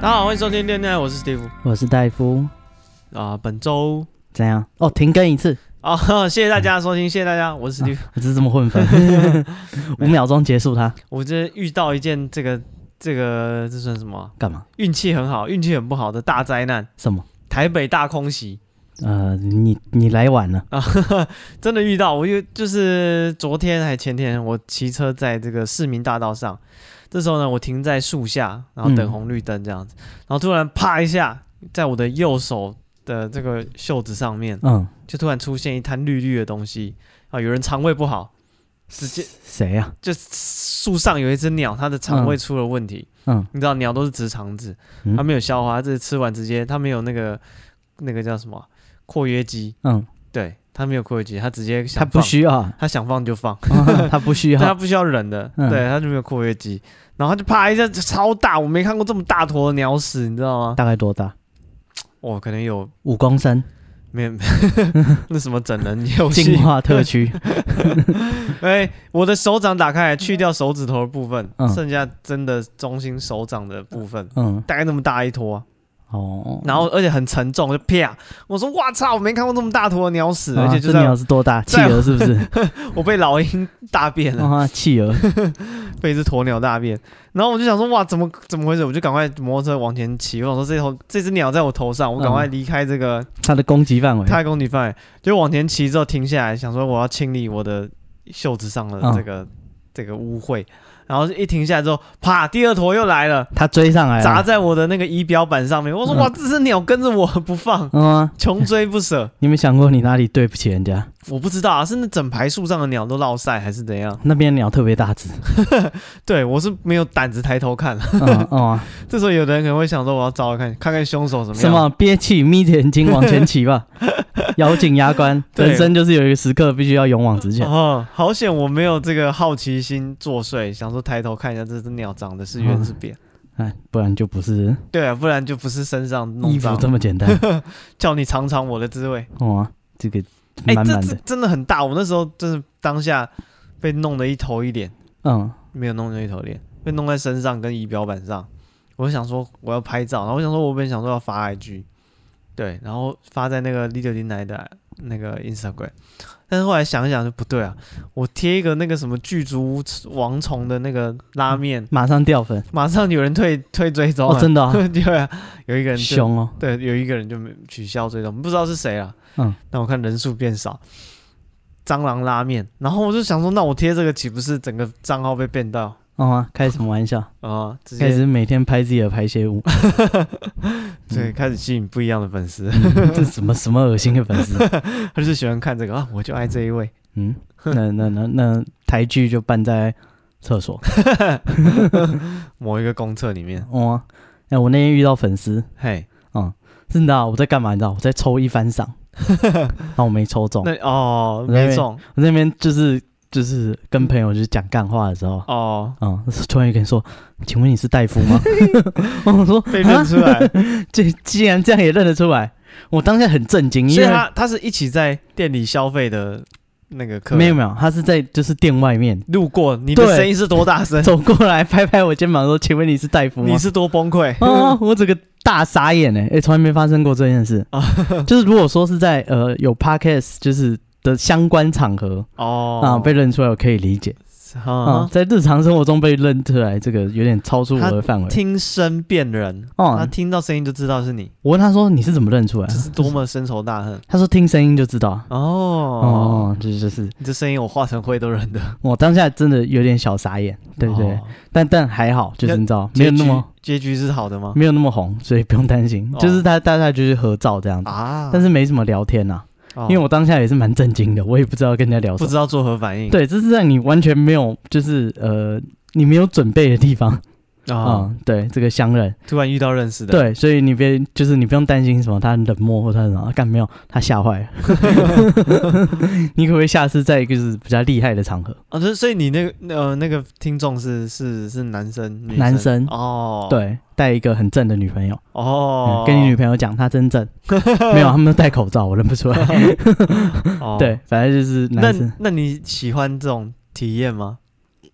欢迎收听《恋爱》，我是 Steve 我是戴夫，啊、本周怎样？哦，停更一次，啊、谢谢大家收听，谢谢大家，我是 Steve。我是这 么混分，五秒钟结束它我这遇到一件这个这个这算什么啊？干嘛？运气很好，运气很不好的大灾难，什么？台北大空袭呃，你你来晚了，啊！呵呵真的遇到，我就就是昨天还前天，我骑车在这个市民大道上，这时候呢，我停在树下，然后等嗯红绿灯这样子，然后突然啪一下，在我的右手的这个袖子上面，嗯，就突然出现一滩绿绿的东西啊！有人肠胃不好，直接谁啊呀、就树上有一只鸟，它的肠胃出了问题。嗯你知道鸟都是直肠子，嗯它没有消化，它这吃完直接它没有那个那个叫什么啊括约肌，嗯，对，它没有括约肌，它直接想他不放需要，啊 它想放就放，他不需对它要，不需要忍的，嗯对，它就没有括约肌，然后它就啪一下超大，我没看过这么大坨的鸟屎，你知道吗？大概多大？我可能有五公升，没有 那什么整人游戏进化 特区，哎、我的手掌打开来，去掉手指头的部分，嗯剩下真的中心手掌的部分，嗯，大概那么大一坨啊、哦，然后而且很沉重，就啪！我说哇操，我没看过这么大坨的鸟屎，而啊且就这在鸟是多大？企在鹅是 不是？我被老鹰大便了，啊，企鹅，被一只鸵鸟大便。然后我就想说哇，怎么怎么回事？我就赶快摩托车往前骑，我想说这头这只鸟在我头上，我赶快离开这个它的攻击范围，太空里范围，就往前骑之后停下来，想说我要清理我的袖子上的嗯这个、这个污秽，然后一停下来之后，啪，第二坨又来了，它追上来砸了，在我的那个仪表板上面。我说、哎嗯哇，这只鸟跟着我不放，嗯啊，穷追不舍。你有没有想过你哪里对不起人家？我不知道啊，是那整排树上的鸟都落晒还是怎样？那边鸟特别大只，对我是没有胆子抬头看。 嗯哦啊，这时候有的人可能会想说，我要找找看看看凶手怎么什样。么憋气，眯着眼睛往前骑 吧，咬紧牙关，对人生就是有一个时刻必须要勇往直前。哦，好险我没有这个好奇心作祟，想说抬头看一下这只鸟长得是圆是扁。哎，不然就不是对啊，不然就不是身上弄衣服脏，这么 简单叫你尝尝我的滋味。哇！这个哎、满这满这的，真的很大，我那时候真是当下被弄了一头一脸，嗯，没有弄了一头脸，被弄在身上跟仪表板上。我就想说我要拍照，然后我想说我本来想说要发 IG，对，然后发在那个 Leader 林来的那个 Instagram，但是后来想一想就不对啊，我贴一个那个什么剧毒王虫的那个拉面，马上掉粉马上有人退退追踪哦，了，真的 啊对啊，有一个人就凶哦，对，有一个人就没取消追踪，不知道是谁啊。嗯，那我看人数变少，蟑螂拉面，然后我就想说，那我贴这个岂不是整个账号被变到哦啊，开什么玩笑？啊、直开接始每天拍自己的排泄物， 对开始吸引不一样的粉丝， 嗯这什么什么恶心的粉丝？他就是喜欢看这个啊，我就爱这一位。 嗯，那那那那台剧就办在厕所，某一个公厕里面，哦啊。哎，我那天遇到粉丝，嘿，是你知道我在干嘛？你知道我在抽一 番赏，然后我没抽中，那哦那边没中我那边就是就是嗯跟朋友就是讲干话的时候，哦，嗯，突然有个人说：“请问你是戴夫吗？” 我说：“被认啊出来， 这既然这样也认得出来，我当下很震惊，因所以为他他是一起在店里消费的那个客人，没有没有，他是在就是店外面路过，你的对声音是多大声？走过来拍拍我肩膀说：‘请问你是戴夫吗你是多崩溃？’啊，我整个大傻眼哎、欸，哎、从来没发生过这件事啊 就是如果说是在呃有 podcast 就是的相关场合哦啊、被认出来，我可以理解啊、啊在日常生活中被认出来，这个有点超出我他的范围。听声辨人，哦他听到声音就知道是你，我问他说：“你是怎么认出来这的是多么深仇大恨？”他说：“听声音就知道啊。”哦。哦，这就是你这声音我化成灰都认得，我当下真的有点小傻眼，对对，哦但但还好，就是那你知道没有那么结局结局是好的吗？没有那么红，所以不用担心。哦就是他大概就是合照这样子，啊，嗯但是没什么聊天呐，哦因为我当下也是蛮震惊的，我也不知道跟人家聊什不么。知道作何反应。对，这是在你完全没有就是呃你没有准备的地方啊、啊，嗯对这个相认，突然遇到认识的，对，所以你别就是你不用担心什么他冷漠或他什么，啊干没有他吓坏 了。你可不可以下次在一个就是比较厉害的场合？啊，所以所以你那个呃那个听众是是是男生，女男生哦，，对，带一个很正的女朋友。哦嗯，跟你女朋友讲，她真 正没有，他们都戴口罩，我认不出 来。哦对，，反正就是那男生，那你喜欢这种体验吗？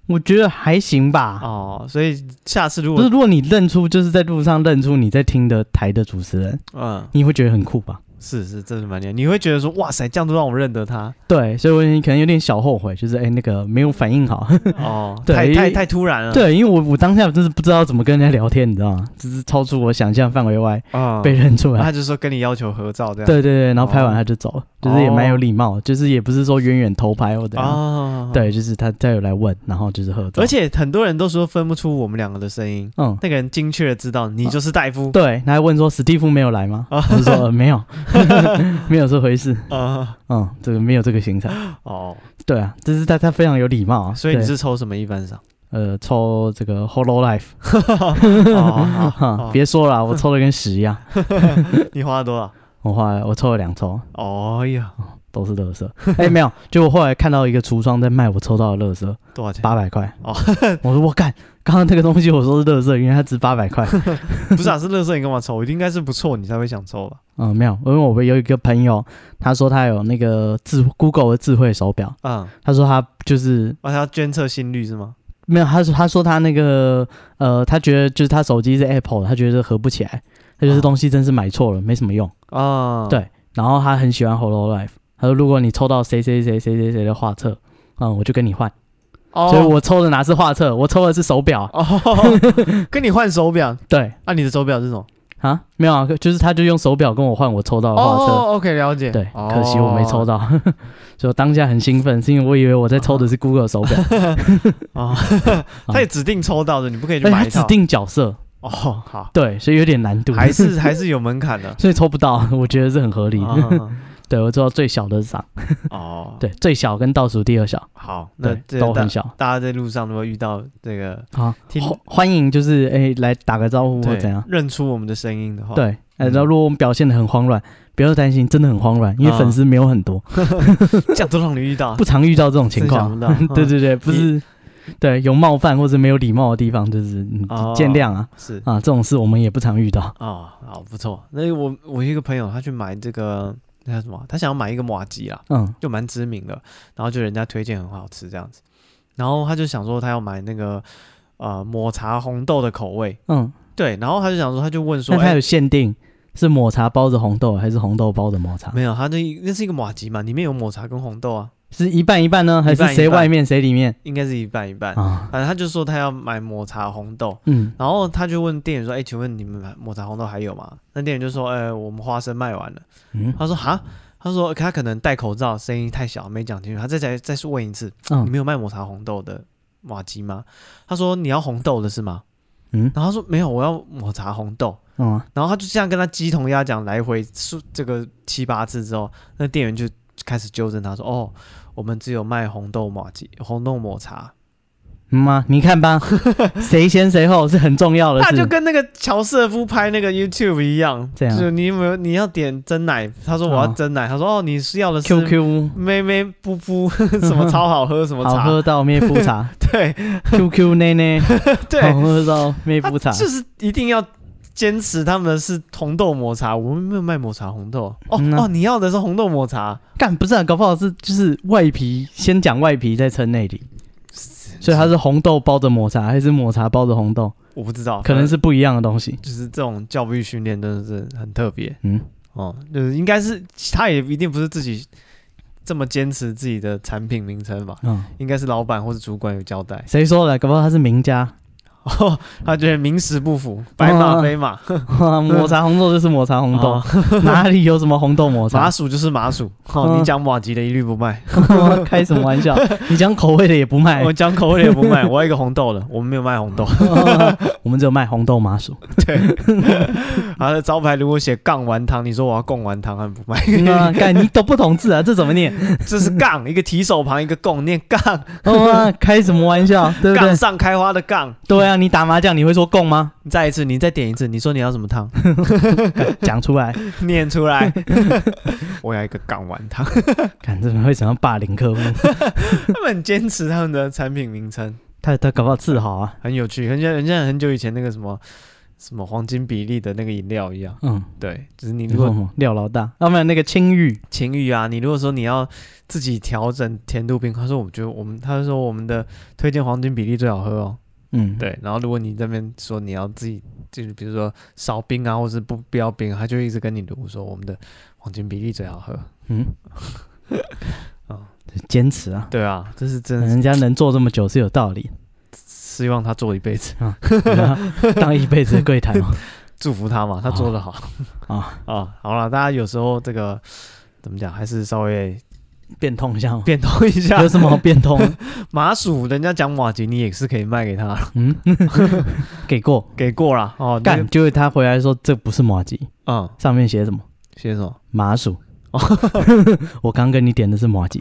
我觉得还行吧。哦，所以下次如不果啊是，如果你认出，就是在路上认出你在听的台的主持人，嗯你会觉得很酷吧？是是，真的蛮厉害，你会觉得说哇塞，这样都让我认得 他对，所以我可能有点小后悔，就是哎、那个没有反应好。哦，对太因太为太突然了，对，因为我我当下真是不知道怎么跟人家聊天，你知道吗？就是超出我想象范围外啊，被认出然后来。他就说跟你要求合照这样，对对对，然后拍完哦他就走了，就是也蛮有礼貌，就是也不是说远远偷拍或怎样。哦，，对，就是他他有来问，然后就是合照。而且很多人都说分不出我们两个的声音，嗯，那个人精确的知道你就是戴夫啊对，他还问说史蒂夫没有来吗？啊我就说、呃、没有，没有这回事。啊，嗯，这个没有这个行程。哦，对啊，这是他他非常有礼貌啊。所以你对是抽什么一番赏？ 呃抽这个 Hollow Life，哦好好 哈好，别说了，我抽的跟屎一样。你花了多少？我后来我抽了两抽，哦呀，都是乐色。 哎、没有，就我后来看到一个橱窗在卖我抽到的乐色，多 少钱？八百块。哦我说我干，刚刚那个东西我说是乐色，因为它值八百 块。不是啊，是乐色，你干嘛抽？应该是不错，你才会想抽吧？嗯，没有，因为我们有一个朋友，他说他有那个智 Google 的智慧手表，嗯，他说他就是而且要监测心率是吗？没有，他说他说他那个呃，他觉得就是他手机是 Apple，的他觉得合不起来，他就是哦东西真是买错了，没什么用。啊，对然后他很喜欢 Holo Life，他说如果你抽到谁谁谁谁谁谁的画册，嗯，我就跟你换。哦，所以我抽的哪是画册，我抽的是手表。 哦，跟你换手表，对啊，你的手表是什么？啊，没有啊，就是他就用手表跟我换我抽到的画册。哦，OK，了解。对，哦可惜我没抽。到， 所以我当下很兴奋，是因为我以为我在抽的是 Google 手表，哦， 他也指定抽到的， 你不可以去但买他一套指定角色，哦，好，对，所以有点难度，还是还是有门槛的。所以抽不到，我觉得是很合 理。啊 对我抽到最小的赏，哦，，对，最小跟倒数第二小，好，那对这，都大很小。大家在路上如果遇到这个好，听欢欢迎就是哎来打个招呼或对怎样。认出我们的声音的话，对，呃嗯然后如果我们表现的很慌乱，不要担心，真的很慌乱，因为啊粉丝没有很多， 这样都让你遇到 不，常遇到这种情真想况。。不到 对对对，不是，对有冒犯或者没有礼貌的地方，就是你哦见谅啊嗯是啊，这种事我们也不常遇到。哦，好不错。那我我一个朋友他去买这个那叫什么，他想要买一个马吉啊，嗯就蛮知名的，然后就人家推荐很好吃这样子，然后他就想说他要买那个呃抹茶红豆的口味，嗯，对，然后他就想说他就问说，那它哎、有限定是抹茶包着红豆，还是红豆包着抹茶？哎没有，他那一那是一个马吉嘛，里面有抹茶跟红豆啊，是一半一半呢，还一是半一谁半外面谁里面应该是一半一半。啊？反正他就说他要买抹茶红豆，嗯然后他就问店员说：“哎、请问你们抹茶红豆还有吗？”那店员就说：“呃、我们花生卖完了。”嗯他说哈，他说他可能戴口罩，声音太小，没讲清楚。他再再再问一次，你嗯们有卖抹茶红豆的瓦吉吗？他说你要红豆的是吗？嗯然后他说没有，我要抹茶红豆。嗯啊，然后他就这样跟他鸡同鸭讲，来回数这个七八次之后，那店员就开始纠正他说：“哦，我们只有卖红豆抹吉，红豆抹茶。嗯吗？你看 吧，谁先谁后是很重要”的那事就。跟那个乔瑟夫拍那个 YouTube 一样，这样就是你有没有你要点真奶？他说我要哦真奶，他说哦你是要的是 QQ 妹妹噗 噗什么超好喝什么好茶，喝到咩夫茶 对，QQ 奶奶好 对，喝到咩夫茶他。就是一定要坚持他们的是红豆抹茶，我们没有卖抹茶红豆哦、嗯啊哦，你要的是红豆抹茶，干不是啊，搞不好是就是外皮，先讲外皮再称内里，所以它是红豆包着抹茶，还是抹茶包着红豆，我不知道，可能反是不一样的东西。正就是这种教育训练真的是很特别嗯，哦，就是应该是他也一定不是自己这么坚持自己的产品名称吧，嗯，应该是老板或是主管有交代，谁说的？搞不好他是名家， 哦、 他觉得名实不符，白马非马，抹茶红豆就是抹茶嗯红 豆， 哪里有什么红豆抹麻茶？ 薯就是麻薯，哦，嗯你讲马吉的一律不卖。开什么玩 笑？你讲口味的也不卖我，讲口味的也不卖，我要一个红豆的，我们没有卖红 豆。我们只有卖红豆麻薯。 对， 他的招牌如果写杠丸汤，你说我要贡丸汤，他们不卖。 嗯啊，干你懂不懂字啊？这怎么 念？这是杠，一个提手旁，一个贡，念杠，哦啊，开什么玩笑？对不对杠？上开花的杠。对啊，你打麻将你会说供吗？ 你再一次，你再点一次，你说你要什么汤， 讲出来，念出来。 我要一个杠丸汤。 看这人会怎样霸凌客户？他们很坚持他们的产品名称，他他搞不好治好啊。很有趣。人家人家很久以前那个什么。什么黄金比例的那个饮料一样。嗯，对，就是你你如说什果么廖老大，啊要不然那个青玉，情欲啊，你如果说你要自己调整甜度冰，他说我觉得我们，他就说我们的推荐黄金比例最好喝哦。嗯，，对，然后如果你这边说你要自己，就是比如说少冰啊，或是不不要冰，他就一直跟你读说我们的黄金比例最好喝。 嗯，哦坚持啊，对啊，这是真的是人家能做这么久是有道 理，希望他做一辈子，你让他当一辈子的柜台嘛，祝福他嘛，他做的好啊 啊、好了，大家有时候这个怎么讲，还是稍微变通一下嘛，变通一下有。什么好变通？麻薯，人家讲马吉，你也是可以卖给他， 嗯， 给过给过啦。哦。那干个，就是他回来说这不是马吉，嗯，上面写什么写什么？麻薯。 我刚跟你点的是马吉，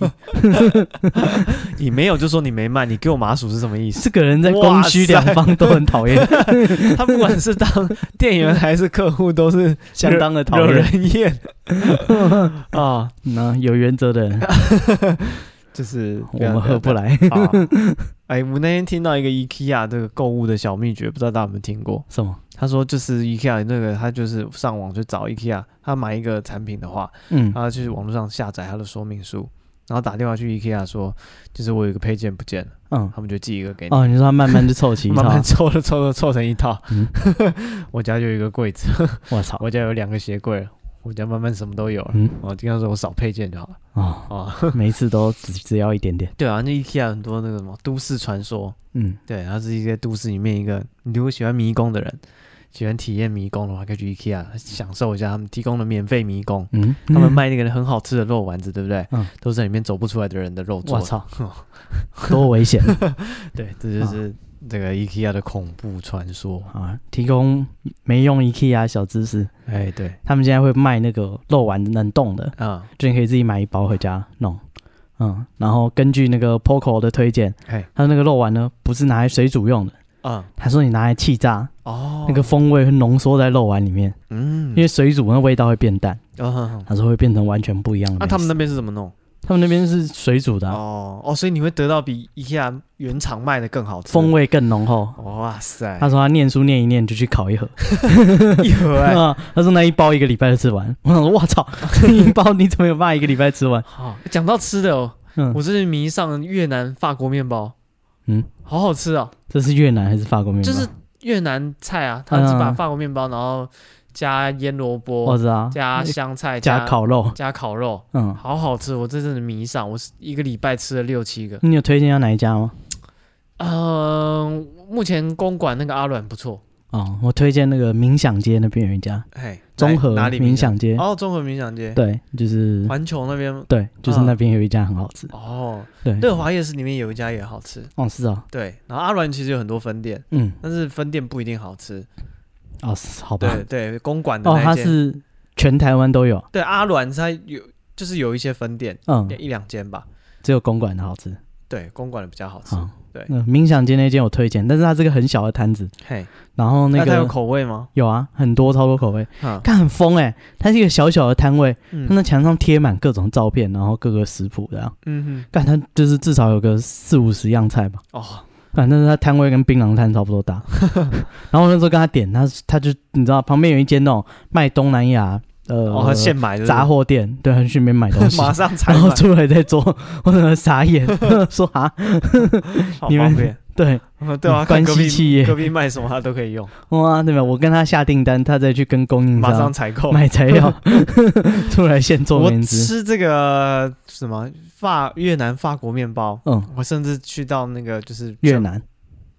你没有就说你没卖，你给我麻薯是什么 意思？这个人在供需两方都很讨厌，他不管是当店员还是客户，都是相当的讨惹厌。人厌 啊、那有原则的人， 就是我们合不来。来。啊哎，我那天听到一个 IKEA 这个购物的小秘诀，不知道大家有没有听过？什么？他说就是 IKEA 那个，他就是上网去找 IKEA，他买一个产品的话，嗯他去网络上下载他的说明书，然后打电话去 IKEA 说，就是我有一个配件不见了，嗯，他们就寄一个给你。哦，你说他慢慢就凑齐 一慢套慢，凑了凑了凑成一套，嗯 我家就有一个柜子，我操，我家有两个鞋柜了，我家慢慢什么都有了。嗯我经常说我少配件就好了 哦，啊。每一次都只只要一点点，对啊，那 IKEA 很多那个什么都市传说，嗯，对，它是一些都市里面一个，你如果喜欢迷宫的人，喜欢体验迷宫的话，可以去 IKEA 享受一下他们提供的免费迷宫。嗯，他们卖那个很好吃的肉丸子，对不对？嗯都是在里面走不出来的人的肉做哦我的。操， 多危险 对，这就是这个 IKEA 的恐怖传说。啊！提供没用 IKEA 小知识，哎，对，他们现在会卖那个肉丸冷冻的，啊、就你可以自己买一包回家弄。嗯，然后根据那个 Poco 的推荐，嘿，他那个肉丸呢不是拿来水煮用的，嗯，他说你拿来气炸，哦，那个，风味会浓缩在肉丸里面，嗯因，为水煮那味道会变淡，哦，他说会变成完全不一样的美那、食。他们那边是怎么弄？他们那边是水煮的啊、哦哦，所以你会得到比 IKEA 原厂卖的更好吃风。味哎更浓厚。哇 塞，他说他念书念一念就去烤一盒，一盒哎、 啊， 他说那一包一个礼拜就吃完。 我想说，我操，一包你怎么有办法一个礼拜吃完？好，讲到吃的哦，嗯我最近迷上了越南法国面包，嗯，好好吃哦，这是越南还是法国面包？就是越南菜啊，它是把嗯法国面包，然后加腌萝卜我、知道，啊加香菜、哦加烤肉，加烤肉，嗯，好好吃，我这阵子迷上，我是一个礼拜吃了六七个。你有推荐要哪一家吗？嗯，目前公馆那个阿软不错，哦，我推荐那个冥想街那边有一家哎，综合哪里冥想街，哦，综合冥想街，对，就是环球那边对，就是嗯那边有一家很好吃，哦，对，乐华夜市里面有一家也好吃，哦是啊，对，然后阿软其实有很多分店，嗯，但是分店不一定好吃，哦是好吧，对对，公馆的哦那它一间是全台湾都有，对阿软它有就是有一些分店，嗯，一两间吧。只有公馆的好吃，对，公馆的比较好吃。好，对那冥想街那间我推荐，但是它是个很小的摊子，嘿，然后那那它有个口味 吗？有啊，很多超多口味，嗯看很疯哎、它是一个小小的摊位，它嗯那墙上贴满各种照片，然后各个食谱的、啊，嗯干它就是至少有个四五十样菜吧。哼，哦，反正他摊位跟槟榔摊差不多大。 然后我那时候跟他点，他他就你知道旁边有一间那种卖东南亚呃、哦，它现买的杂货，货店，对，他去那边买 东西。马上采然后买，出来再做，我整个傻眼， 说啊，好你们方便。 对，嗯对啊，看关隔壁系企业隔壁卖什么他都可以 用，哇，对吧？我跟他下订单，他再去跟供应马上商采购。买材 料，出来现做我面吃，吃这个什么法越南法国面包，嗯，我甚至去到那个就是越全南，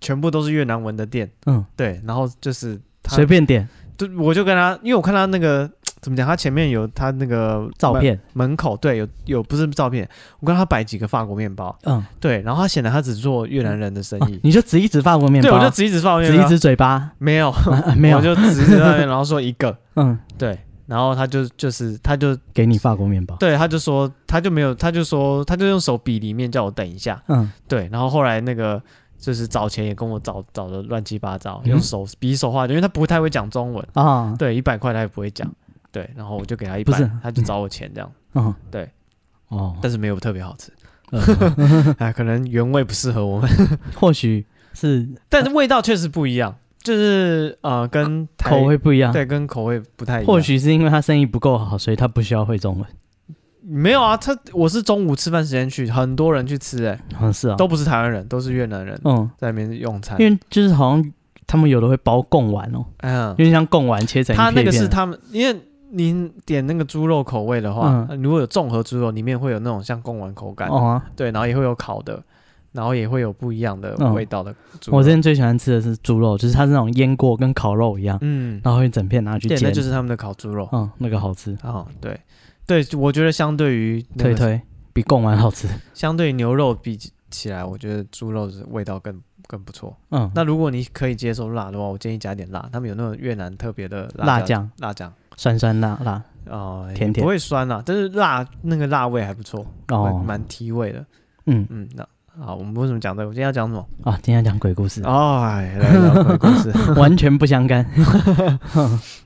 全部都是越南文的店，嗯，对，然后就是他随便点就我就跟他，因为我看他那个怎么讲，他前面有他那个照片，门口对，有有不是照片，我看他摆几个法国面包，嗯，对，然后他显然他只做越南人的生啊意，你就指一指法国面对，我包就，指一指法国面指包，一指嘴 巴，没有，啊啊没有我，就指一指那边，然后说一个，嗯，对，然后他就就是他就给你法国面包，对他就说他就没有，他就说他就用手比里面叫我等一下，嗯，对，然后后来那个。就是找钱也跟我找找的乱七八糟，嗯用手比手画脚，因为他不太会讲中文，啊，对，一百块他也不会讲，对，然后我就给他一不百是，他就找我钱这样，嗯，对，哦，但是没有特别好吃，呃 哎，可能原味不适合我们， 或许是但是味道确实不一样，就是呃，跟台口味不一样。对跟口味不太一样。或许是因为他生意不够好，所以他不需要会中文。没有啊，他我是中午吃饭时间去，很多人去吃、欸，哎，好像是啊，都不是台湾人，都是越南人嗯，在那边用餐。因为就是好像他们有的会包贡丸哦，嗯有，点像贡丸切成一他片那一个是片的。他们，因为您点那个猪肉口味的话嗯，呃如果有综合猪肉，里面会有那种像贡丸口感，哦啊，对，然后也会有烤的，然后也会有不一样的嗯味道的猪肉。我之前最喜欢吃的是猪肉，就是它是那种腌过跟烤肉一样，嗯，然后一整片拿去对，那煎，就是他们的烤猪肉。嗯，那个好吃，啊、对，对，我觉得相对于那推个推比贡丸 好吃。相对于牛肉比起来，我觉得猪肉的味道更更不错。嗯，那如果你可以接受辣的话，我建议加点辣。他们有那种越南特别的辣酱，酱辣酱酸酸辣辣哦，也甜甜不会酸啦，但是辣那个辣味还不错，哦蛮，蛮提味的。嗯嗯，那好，我们为什么讲这个？我今天要讲什么？啊，今天要讲鬼故事，哦，哎来聊鬼故事。 完全不相干。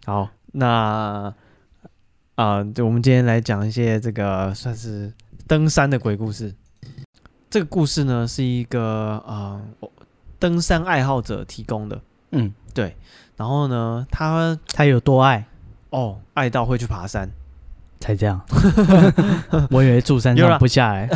好，那啊、对，我们今天来讲一些这个算是登山的鬼故事。这个故事呢是一个啊、呃登山爱好者提供的，嗯，然后呢，他他有多爱哦爱到会去爬山，才这 样？我以为住山有啦上不下来，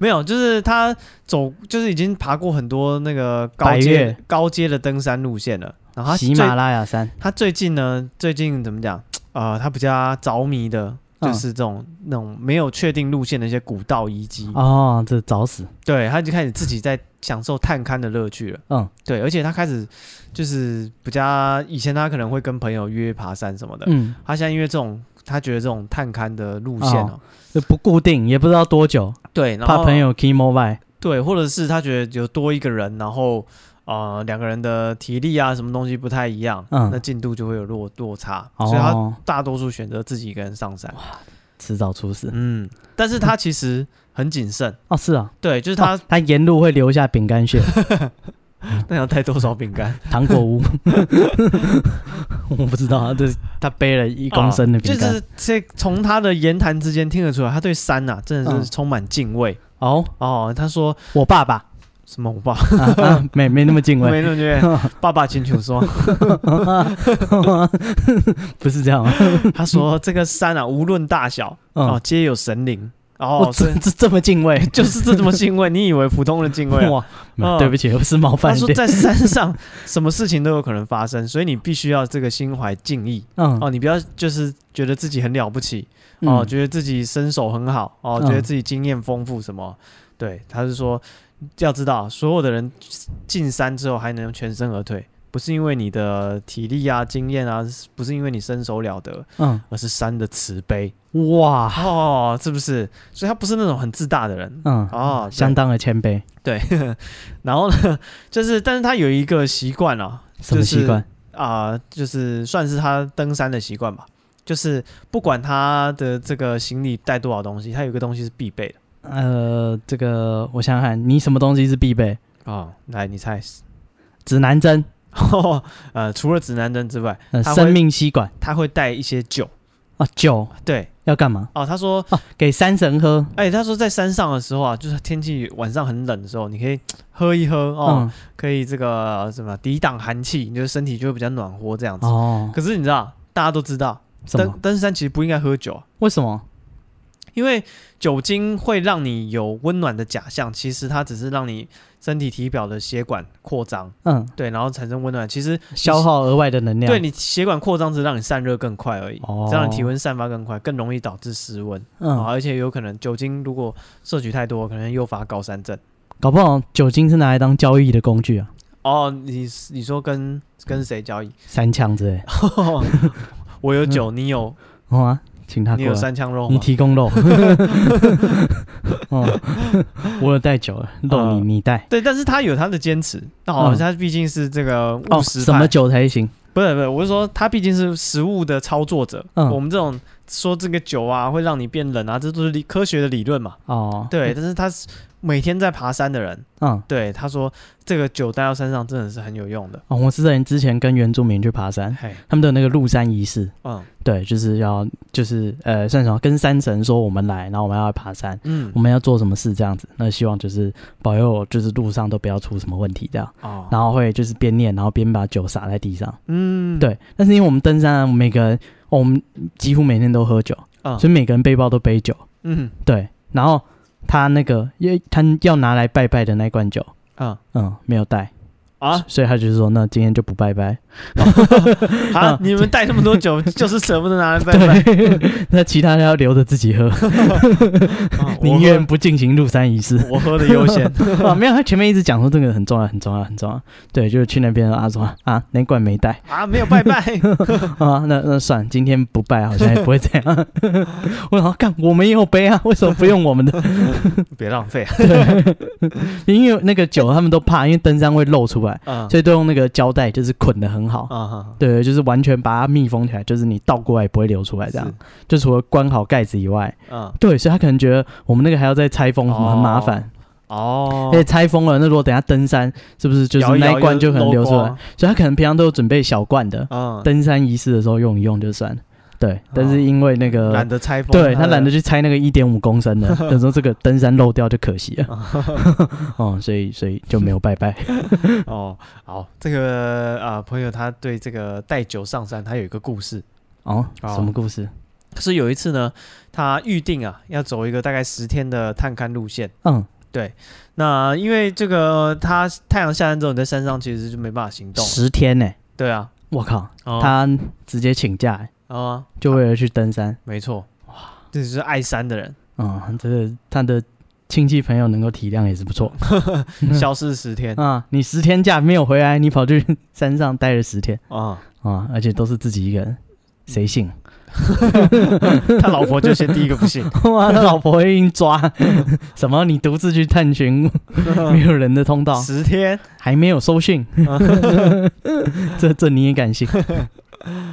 没有，就是他走就是已经爬过很多那个高百阶越高阶的登山路线了，然后他喜最马拉雅山，他最近呢，最近怎么讲？啊，他比较着迷的。就嗯是这种、那种没有确定路线的一些古道遗迹哦，这找死，对，他就开始自己在享受探勘的乐趣了。嗯对，而且他开始就是比较以前他可能会跟朋友约爬山什么的，嗯，他现在因为这种他觉得这种探勘的路线哦，这不固定，也不知道多久，对，然后怕朋友 key mobile，对，或者是他觉得有多一个人，然后呃两个人的体力啊什么东西不太一样，嗯那进度就会有落落差，所以他哦，大多数选择自己一个人上山。迟早出事。嗯，但是他其实很谨 慎，哦，是啊，对，就是他哦他沿路会留下饼干屑、那要带多少饼干。糖果屋，我不知道，这是他背了 一公升的饼哦就干是。这从他的言谈之间听得出来，他对山呐、真的嗯是充满敬畏、哦，哦。他说我爸爸，什么？我爸啊啊没没那么敬畏， 没那么觉得，爸爸请求 说，不是这样啊。他说这个山啊，无论大小哦嗯，，皆有神灵哦哦，，所这以这这么敬畏， 就是这么敬畏。你以为普通的敬畏、啊？哇，没有嗯对不起，我是冒他犯一说点。在山上 什么事情都有可能发生，所以你必须要这个心怀敬意嗯，哦，你不要就是觉得自己很了不起，嗯哦，觉得自己身手很好，哦，嗯觉得自己经验丰富什么，对，他是说要知道，所有的人进山之后还能全身而退，不是因为你的体力啊、经验啊，不是因为你身手了得，嗯，而是山的慈悲哇，哦，是不是？所以他不是那种很自大的人。嗯，哦，相当当的谦卑，对，然后呢，就是，但是他有一个习惯啊，什么习惯？啊、就是算是他登山的习惯吧，就是不管他的这个行李带多少东西，他有一个东西是必备的呃，这个我想想看，你什么东西是必备？哦，来，你猜？指南针，呃，除了指南针之外，呃，他会生命吸管他会带一些酒。啊，酒对，要干嘛？哦，他说，哦，给山神喝。哎、他说在山上的时候啊，就是天气晚上很冷的时候，你可以喝一喝哦，嗯，可以这个呃什么抵挡寒气，你的身体就会比较暖和这样子。哦，可是你知道，大家都知道，什么登？登山其实不应该喝酒啊、为什么？因为酒精会让你有温暖的假象，其实它只是让你身体体表的血管扩张，嗯，对，然后产生温暖。其实消耗额外的能量。对，你血管扩张只是让你散热更快而已，哦这让你体温散发更快，更容易导致失温、啊！嗯，而且有可能酒精如果摄取太多，可能诱发高山症。搞不好酒精是拿来当交易的工具啊，哦，你你说跟跟谁交 易？三 枪之类。我有酒，你有好啊，请嗯他哦你过有来。三枪肉你吗？提 供肉， 哦，我有带酒了，肉你嗯你带对，但是他有他的坚持，那好像嗯他毕竟是这个务哦，实什派。么酒才行？不是不是，我是说他毕竟是食物的操作者，嗯我们这种说这个酒啊会让你变冷啊，这都是理科学的理论嘛。哦，对，，但是他是每天在爬山的人，嗯，对他说这个酒带到山上真的是很有用的。哦，我是在之前跟原住民去爬山，嘿，他们都有那个入山仪式，嗯对，就是要就是呃，算什么跟山神说我们来，然后我们要来爬山，嗯我们要做什么事这样子，那希望就是保佑我就是路上都不要出什么问题这样，哦，然后会就是边念，然后边把酒洒在地上，嗯，对，但是因为我们登山啊，我们每个人、哦我们几乎每天都喝酒，嗯所以每个人背包都背酒，嗯对，然后他那个因为他要拿来拜拜的那罐酒，嗯嗯，没有带。 啊所以他就是说，那今天就不拜拜。啊！你们带那么多 酒，就是舍不得拿来拜拜，对， 那其他的要留着自己 喝， 啊宁愿不进行入山仪式。我喝我喝的优先。 啊，没有，他前面一直讲说这个很重要，很重要，很重要。对，就是去那边啊说啊，那罐没带啊，没有拜 拜，啊，那那算今天不拜，好像也不会这样。 我想干，我们也有杯啊，为什么不用我们的？ 别浪费啊！因为那个酒他们都怕，因为登山会漏出来，嗯所以都用那个胶带就是捆的很好。啊哈，对，就是完全把它密封起来，就是你倒过来也不会流出来，这样是，就除了关好盖子以外，嗯对，所以他可能觉得我们那个还要再拆封，什么很麻烦。哦而，且拆封了，那如果等一下登山，是不是就是摇那摇一罐就可能漏流出来光？，所以他可能平常都有准备小罐的，嗯，登山仪式的时候用一用就算了。对，但是因为那个，哦懒得拆封，对他的懒得去拆那个一点五 公升的，有时候这个登山漏掉就可惜了。哦，所以所以就没有拜拜。哦。好，这个啊、朋友他对这个带酒上山，他有一个故事。哦，哦什么故事？是有一次呢，他预定啊要走一个大概十天的探勘路线。嗯，那因为这个他太阳下山之后，你在山上其实就没办法行动。十天呢，对啊，我靠，哦他直接请假欸，哦啊，就为了去登山。没错，哇，这就是爱山的人，嗯，这个他的亲戚朋友能够体谅也是不错。嗯消失十天啊、啊，你十天假没有回来，你跑去山上待了十天哦 啊，而且都是自己一个人，谁信？他老婆就先第一个不信， 哇，他老婆会硬抓， 什么？你独自去 探寻没有人的通道，十天还没有收 讯， 这这你也敢信？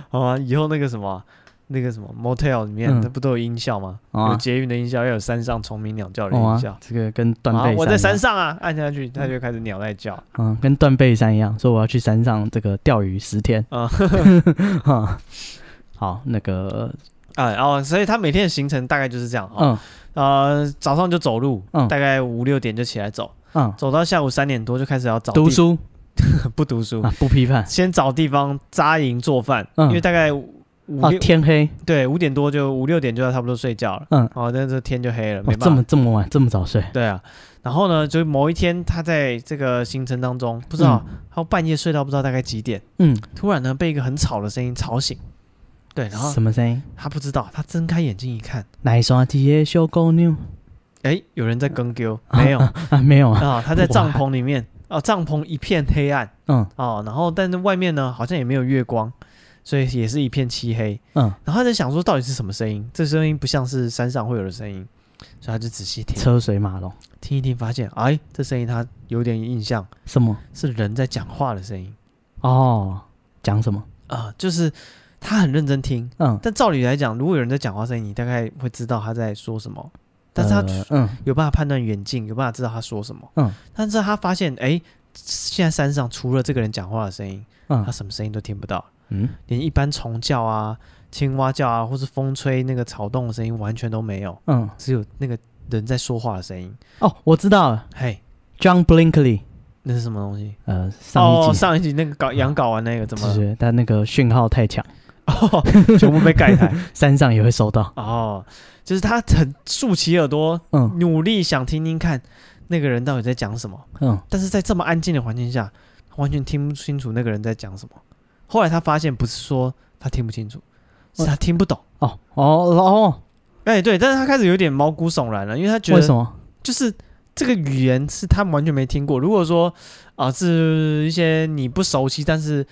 啊，以后那个什么。那个什么 motel 里面，嗯它不都有音效吗？哦啊有捷运的音效，要有山上虫鸣鸟叫的哦音啊效。，这个跟断啊背山一样，我在山上啊，按下去，它就开始鸟在叫。嗯，跟断背山一样，说我要去山上这个钓鱼十天 啊啊。好，那个， 哎、哦，所以他每天的行程大概就是这样哦。嗯呃，早上就走路，嗯大概五六点就起来走，嗯，走到下午三点多就开始要找地读书不读书，啊，不批判先找地方扎营做饭，嗯因为大概五啊，六、天黑，对五点多就五六点就要差不多睡觉了。嗯，哦，但是天就黑了，哦没，这办法。么这么晚，这么早睡，对啊，然后呢，就某一天他在这个行程当中，不知道、他半夜睡到不知道大概几点，嗯，突然呢被一个很吵的声音吵醒。对，然后什么声音？他不知道，他睁开眼睛一看，奶刷鸡耶小狗妞？哎，有人在更丢，没有， 啊，没有啊，啊，他 在帐篷里面啊，帐篷一片黑暗嗯啊，然后但是外面呢好像也没有月光，所以也是一片漆黑。嗯，然后他在想说到底是什么声音？这声音不像是山上会有的声音，所以他就仔细听，车水马龙，听一听，发现哎，这声音他有点印象，什么？是人在讲话的声音哦，讲什么？啊，就是他很认真听。嗯，但照理来讲，如果有人在讲话声音，你大概会知道他在说什么，但是他呃嗯有办法判断远近，有办法知道他说什么。嗯，但是他发现，哎、现在山上除了这个人讲话的声音，他嗯什么声音都听不到，嗯，连一般虫叫啊、青蛙叫啊，或是风吹那个草动的声音完全都没有，嗯，只有那个人在说话的声音。哦，我知道了嘿， ，John Blinkley，那是什么东西？呃，上一哦，集上一集那个搞羊睾丸那个怎么就了？是他那个讯号太强， 哦，全部被盖台。山上也会收到。哦，就是他很竖起耳朵，嗯努力想听听看那个人到底在讲什么。嗯，但是在这么安静的环境下，他完全听不清楚那个人在讲什么。后来他发现，不是说他听不清楚，是他听不懂。哦哦哦，哎、对，但是他开始有点毛骨悚然了，因为他觉为什得么？就是这个语言是他完全没听过。如果说啊、是一些你不熟悉但是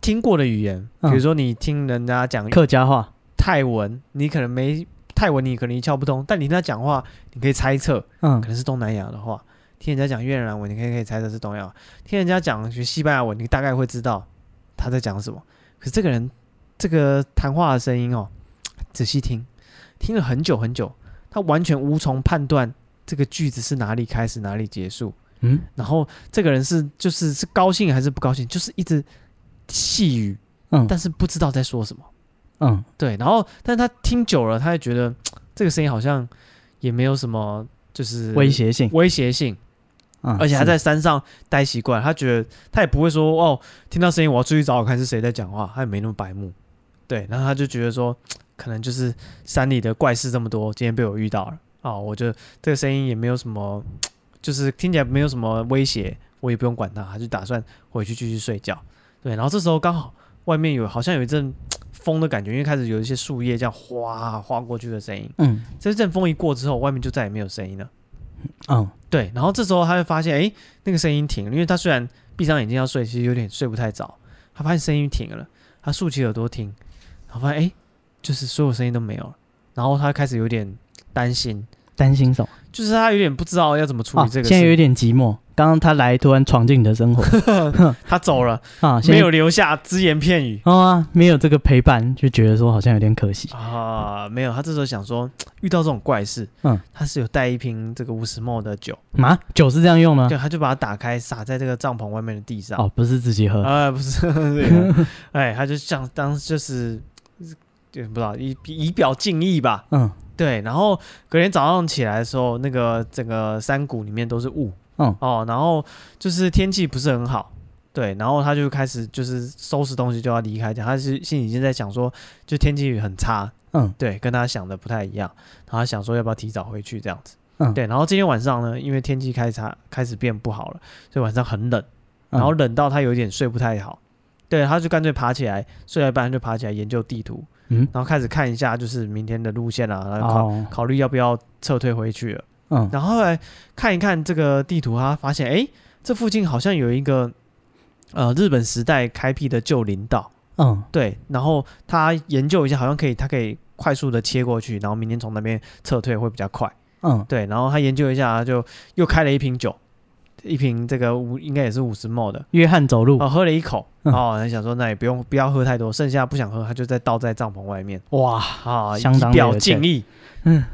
听过的语言，比嗯如说你听人家讲客家话泰文，你可能没泰文，你可能一窍不通，但你听他讲话，你可以猜测，嗯可能是东南亚的话，听人家讲越南文，你可以可以猜测是东南亚；听人家讲学西班牙文，你大概会知道他在讲什么。可是这个人这个谈话的声音哦，仔细听，听了很久很久，他完全无从判断这个句子是哪里开始哪里结束，嗯，然后这个人是就是是高兴还是不高兴，就是一直细语，嗯但是不知道在说什么。嗯，对，然后但是他听久了，他也觉得这个声音好像也没有什么就是威胁性，威胁性，嗯，而且他是在山上待习惯，他觉得他也不会说哦，听到声音我要出去找找看是谁在讲话，他也没那么白目。对，然后他就觉得说，可能就是山里的怪事这么多，今天被我遇到了啊、我觉得这个声音也没有什么，就是听起来没有什么威胁，我也不用管它，他就打算回去继续睡觉。对，然后这时候刚好外面有好像有一阵风的感觉，因为开始有一些树叶这样哗哗过去的声音。嗯这阵风一过之后，外面就再也没有声音了。嗯对，然后这时候他会发现，哎，那个声音停了，因为他虽然闭上眼睛要睡，其实有点睡不太着。他发现声音停了，他竖起耳朵听，然后发现，哎，就是所有声音都没有了。然后他开始有点担心，担心什么？就是他有点不知道要怎么处啊，理这现个在有事。点寂寞。刚刚他来，突然闯进你 的生活他走了，啊，现在没有留下只言片语哦啊，没有这个陪伴，就觉得说好像有点可惜。啊，没有。他这时候想说，遇到这种怪事，嗯，他是有带一瓶这个五十 ml 的酒，嘛，啊酒是这样用吗对，？他就把它打开，洒在这个帐篷外面的地上。哦，不是自 己喝，啊，不是， 对啊哎，他就像当就是，就不知道以以表敬意吧，嗯对。然后隔天早上起来的时候，那个整个山谷里面都是雾，嗯哦，然后就是天气不是很好，对。然后他就开始就是收拾东西就要离开家，他是心里已经在想说，就天气很差，嗯对，跟他想的不太一样。然后他想说要不要提早回去这样子，嗯对。然后今天晚上呢，因为天气开始差开始变不好了，所以晚上很冷。然后嗯冷到他有点睡不太好，对，他就干脆爬起来，睡到一半就爬起来研究地图，嗯然后开始看一下就是明天的路线啊，然后考、哦考虑要不要撤退回去了。嗯然后后来看一看这个地图，他发现哎，诶这附近好像有一个呃日本时代开辟的旧林道，嗯对，然后他研究一下，好像可以，他可以快速的切过去，然后明天从那边撤退会比较快。嗯对，然后他研究一下，就又开了一瓶酒，一瓶这个五应该也是五十 ml 的。约翰走路哦，喝了一口，嗯哦，他想说那也不用不要喝太多，剩下不想喝，他就再倒在帐篷外面，哇，啊，相当以表有钱敬意。嗯，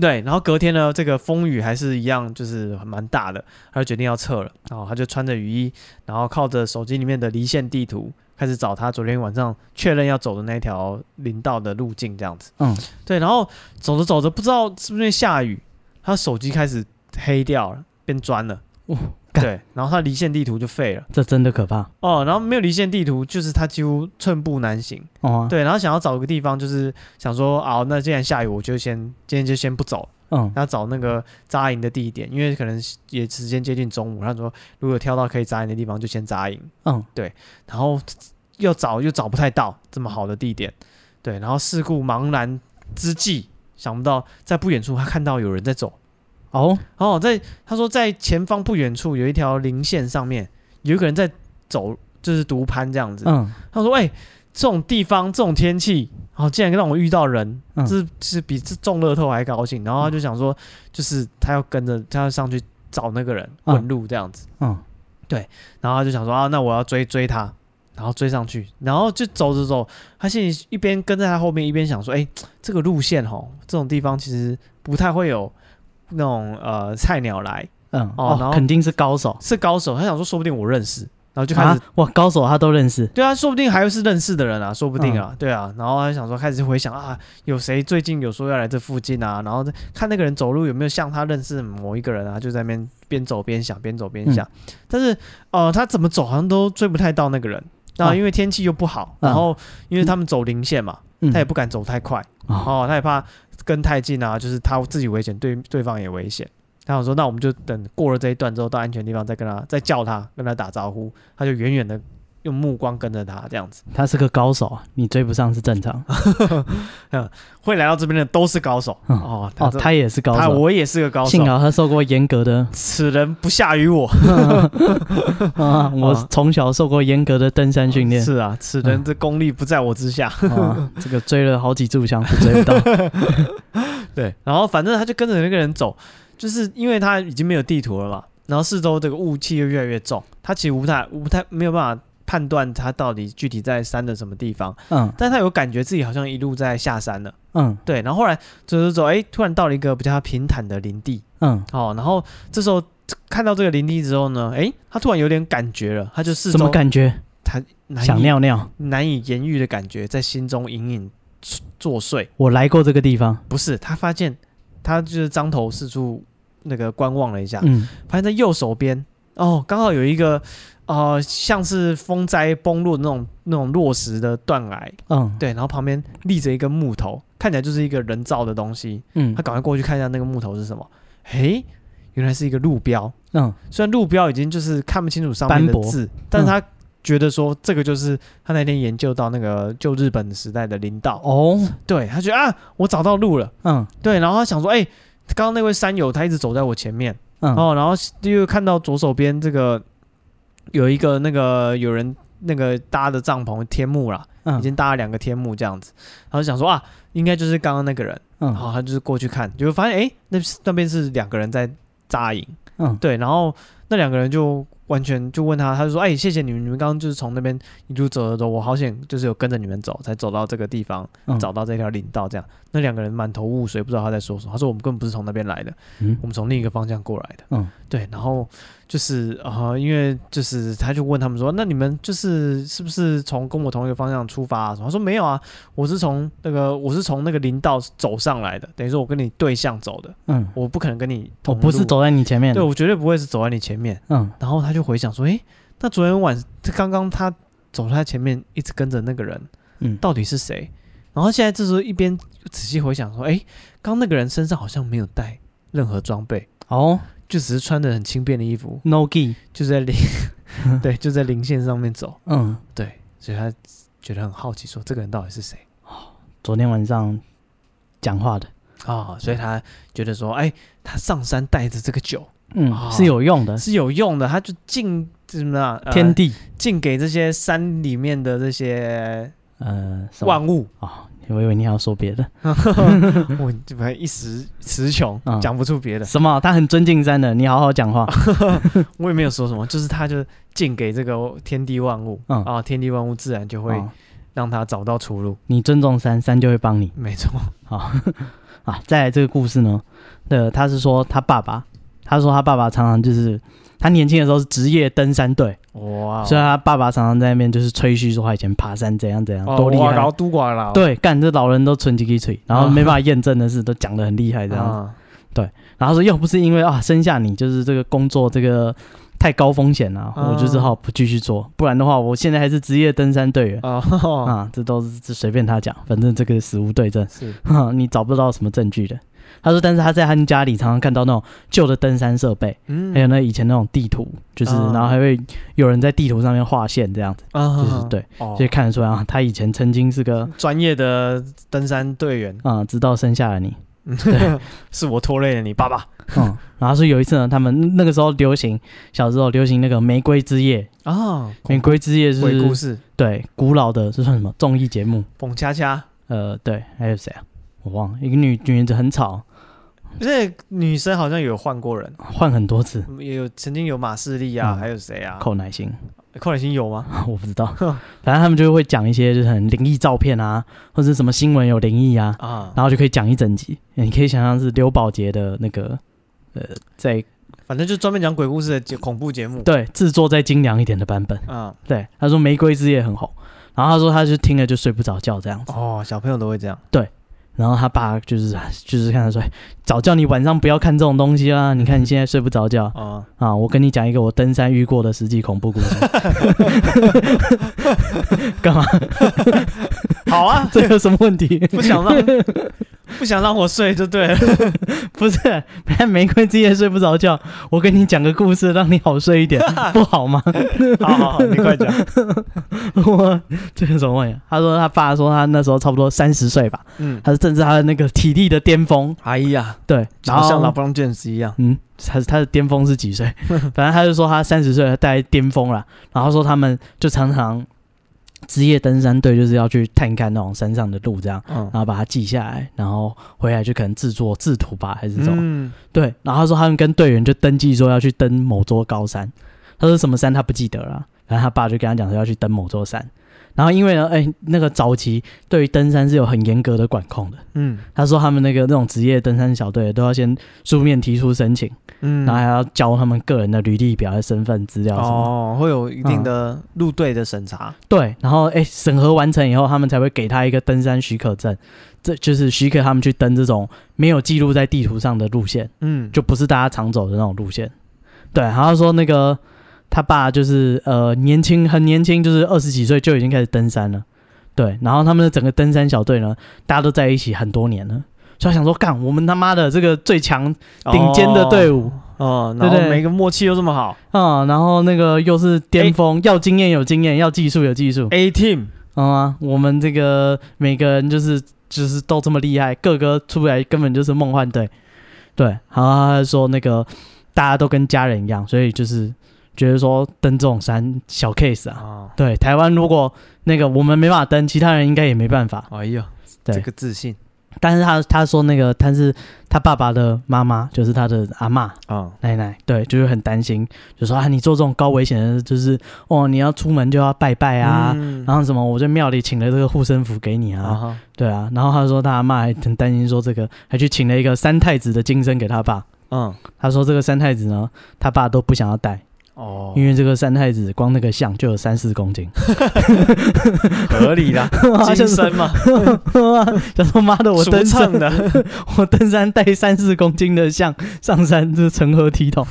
对，然后隔天呢，这个风雨还是一样，就是蛮大的，他就决定要撤了，然后他就穿着雨衣，然后靠着手机里面的离线地图。开始找他昨天晚上确认要走的那条林道的路径，这样子。嗯对，然后走着走着，不知道是不是因为下雨，他手机开始黑掉了，变砖了。哇干对，然后他离线地图就废了。这真的可怕哦，然后没有离线地图，就是他几乎寸步难行。哦啊。对，然后想要找个地方，就是想说，啊，那既然下雨，我就先今天就先不走，嗯然后找那个扎营的地点，因为可能也时间接近中午，他说如果挑到可以扎营的地方，就先扎营。嗯然后又找又找不太到这么好的地点，对，然后事故茫然之际，想不到在不远处他看到有人在走，哦哦，在他说在前方不远处有一条林线上面有一个人在走，就是独攀这样子。嗯他说：“哎、这种地方，这种天气，哦，竟然让我遇到人，嗯这是比这中乐透还高兴。”然后他就想说，就是他要跟着，他要上去找那个人嗯问路这样子。嗯然后他就想说：“啊，那我要追追他。”然后追上去，然后就走着走，他心里一边跟在他后面，一边想说：“哎、这个路线吼，这种地方其实不太会有那种呃菜鸟来，嗯哦然哦后，肯定是高手是高手。”他想说，说不定我认识，然后就开始啊！哇，高手他都认识，对啊，说不定还是认识的人啊，说不嗯定啊，对啊。然后他想说，开始回想啊，有谁最近有说要来这附近啊？然后看那个人走路有没有像他认识的某一个人啊，就在那边边走边想，边走边想。嗯但是呃，他怎么走好像都追不太到那个人。那啊因为天气又不好，嗯然后因为他们走零线嘛，嗯他也不敢走太快，哦哦，他也怕跟太近啊，就是他自己危险，对对方也危险。他想说，那我们就等过了这一段之后，到安全地方再跟他再叫他，跟他打招呼。他就远远的用目光跟着他，这样子。他是个高手啊，你追不上是 正常会来到这边的都是高手嗯哦，他哦，说他也是高他手，我也是个高手幸，好他受过严 格的此人不下于我。啊，我从小受过严格的登山训练，哦嗯是啊，此人的功力不在我之下。 啊，这个追了好几炷香都追不到，对，然后反正他就跟着那个人走，就是因为他已经没有地图了嘛，然后四周这个雾气又越来越重，他其实无太无太没有办法判断他到底具体在山的什么地方，嗯但他有感觉自己好像一路在下山了，嗯对，然后后来走走走，哎，突然到了一个比较平坦的林地，嗯，哦，然后这时候看到这个林地之后呢，哎，他突然有点感觉了，他就四什么周感觉？难以想尿尿，难以言喻的感觉在心中隐隐作祟。我来过这个地方。不是，他发现他就是张头四处那个观望了一下，嗯发现在右手边哦，刚好有一个呃像是风灾崩落的那种那种落石的断崖，嗯对，然后旁边立着一根木头，看起来就是一个人造的东西。嗯他赶快过去看一下那个木头是什么，嘿，原来是一个路标。嗯虽然路标已经就是看不清楚上面的斑驳字，但是他觉得说这个就是他那天研究到那个旧日本时代的林道，哦对他觉得啊，我找到路了，嗯对，然后他想说，哎、刚刚那位山友他一直走在我前面，嗯哦，然后又看到左手边这个有一个那个有人那个搭的帐篷天幕啦，已嗯经搭了两个天幕这样子，然后想说啊，应该就是刚刚那个人，然嗯后他就是过去看，结果发现哎、那那边是两个人在扎营。嗯对，然后那两个人就完全就问他，他就说：“哎、谢谢你们，你们刚刚就是从那边一路走走走，我好险，就是有跟着你们走，才走到这个地方，嗯，找到这条林道。”这样，那两个人满头雾水，不知道他在说什么。他说：“我们根本不是从那边来的，嗯我们从另一个方向过来的。”嗯，对，然后就是啊、呃因为就是他就问他们说：“那你们就是是不是从跟我同一个方向出发、啊？”什么？他说：“没有啊，我是从那个我是从那个林道走上来的，等于说我跟你对向走的，嗯，我不可能跟你我同不是路走在你前面对，。我绝对不会是走在你前面。嗯然后他就回想说，诶，那昨天晚刚刚他走在他前面，一直跟着那个人，嗯到底是谁？然后现在这时候一边仔细回想说，诶，刚刚那个人身上好像没有带任何装备，哦就只是穿的很轻便的衣服， ，no gi。就在 零，对，就在零线上面走。嗯，对，所以他觉得很好奇，说这个人到底是谁昨天晚上讲话的。啊、所以他觉得说，诶，他上山带着这个酒嗯，哦是有用的。是有用的，他就进怎么样、呃天地，尽给这些山里面的这些呃，什么万物， 哦，我以为你要说别的。我这么一时词穷，嗯讲不出别的，什么？他很尊敬山的，你好好讲话。我也没有说什么，就是他就尽给这个天地万物，嗯啊，天地万物自然就会哦让他找到出路， 你尊重山，山就会帮你。没错，好啊，再来这个故事呢，呃，他是说他爸爸，他说他爸爸常常就是他年轻的时候是职业登山队，哇，所以他爸爸常常在那边就是吹嘘说他以前爬山怎样怎样哦多厉哇老害。都寡了，对，干这老人都存几滴嘴，然后啊没办法验证的事都讲得很厉害这样子。啊，然后说又不是因为啊生下你就是这个工作这个太高风险了、啊我就只好不继续做，不然的话我现在还是职业登山队员。哦，啊，这都是这随便他讲，反正这个死无对证。是，哼， 你找不到什么证据的。他说，但是他在他们家里常常看到那种旧的登山设备，嗯还有哎那以前那种地图，就是、啊然后还会有人在地图上面画线这样子，啊就是、，对，哦所以看得出来啊，他以前曾经是个专业的登山队员，啊、直到生下了你。是我拖累了你爸爸嗯， 然后是有一次呢，他们那个时候流行，小时候流行那个玫瑰之夜，啊，玫瑰之夜鬼故是事，对古老的这算什么综艺节目？蹦恰恰。呃，对，还有谁啊？我忘了，一个女女子很吵，这女生好像有换过人，换很多次，也有曾经有马士利啊，嗯还有谁啊？寇乃馨。 寇乃馨有吗？我不知 道，反正他们就会讲一些就是很灵异照片啊，或者是什么新闻有灵异啊，啊，然后就可以讲一整集。你可以想象是刘宝杰的那个呃，在反正就专门讲鬼故事的节恐怖节目。对制作再精良一点的版本。啊，对，他说《玫瑰之夜》很红，然后他说他就听了就睡不着觉这样子。哦，小朋友都会这样。然后他爸就是就是看他说，哎早叫你晚上不要看这种东西啊嗯啦，你看你现在睡不着觉啊，啊。我跟你讲一个我登山遇过的实际恐怖故事。 干嘛？好啊，这有什么问题？不想 让不想让我睡就对了。 不是，本来玫瑰之夜睡不着觉，我跟你讲个故事，让你好睡一点，不好吗？好好好，你快讲。我这个什么呀？他说他爸说他那时候差不多三十岁吧，嗯，他是正是他的那个体力的巅峰，哎呀，对，然好后像老布朗 James 一样。嗯，他他的巅峰是几岁？反正他就说他三十岁大概巅峰了，然后说他们就常常职业登山队就是要去探看那种山上的路这样。嗯然后把它记下来，然后回来就可能制作制图吧，还是什么，嗯，对，然后他说他们跟队员就登记说要去登某座高山，他说什么山他不记得了，然后他爸就跟他讲说要去登某座山，然后因为呢，哎、那个早期对于登山是有很严格的管控的。嗯他说他们那个那种职业登山小队都要先书面提出申请，嗯，然后还要交他们个人的履历表、身份资料什么的。哦，会有一定的入队的审查，对，然后哎，审核完成以后，他们才会给他一个登山许可证，这就是许可他们去登这种没有记录在地图上的路线。嗯，就不是大家常走的那种路线。对，然后说那个他爸就是呃年轻很年轻，就是二十几岁就已经开始登山了。对，然后他们的整个登山小队呢，大家都在一起很多年了。所以他想说，干我们他妈的这个最强顶尖的队伍哦，哦对然不后对每个默契又这么好啊、然后那个又是巅峰，要经验有经验，要技术有技术， ，A team，嗯啊，我们这个每个人就是就是都这么厉害，个个出来根本就是梦幻队。对，然后他就说那个大家都跟家人一样，所以就是觉得说登这种山小 case 啊。哦，对，台湾如果那个我们没办法登，其他人应该也没办法。哎呀，对这个自信但是他他说那个他是他爸爸的妈妈，就是他的阿嬷啊，奶奶，对，就是很担心，就说啊你做这种高危险的，就是哦你要出门就要拜拜啊，嗯然后什么我在庙里请了这个护身符给你啊啊，哈，对啊，然后他说他阿妈还很担心，说这个还去请了一个三太子的金身给他爸。嗯，他说这个三太子呢，他爸都不想要带，哦， 因为这个三太子光那个像就有三四公斤，合理 啦，他金就说身 嘛，他说妈的，我俗登称山的，我登山带三四公斤的像上山，这成何体 统？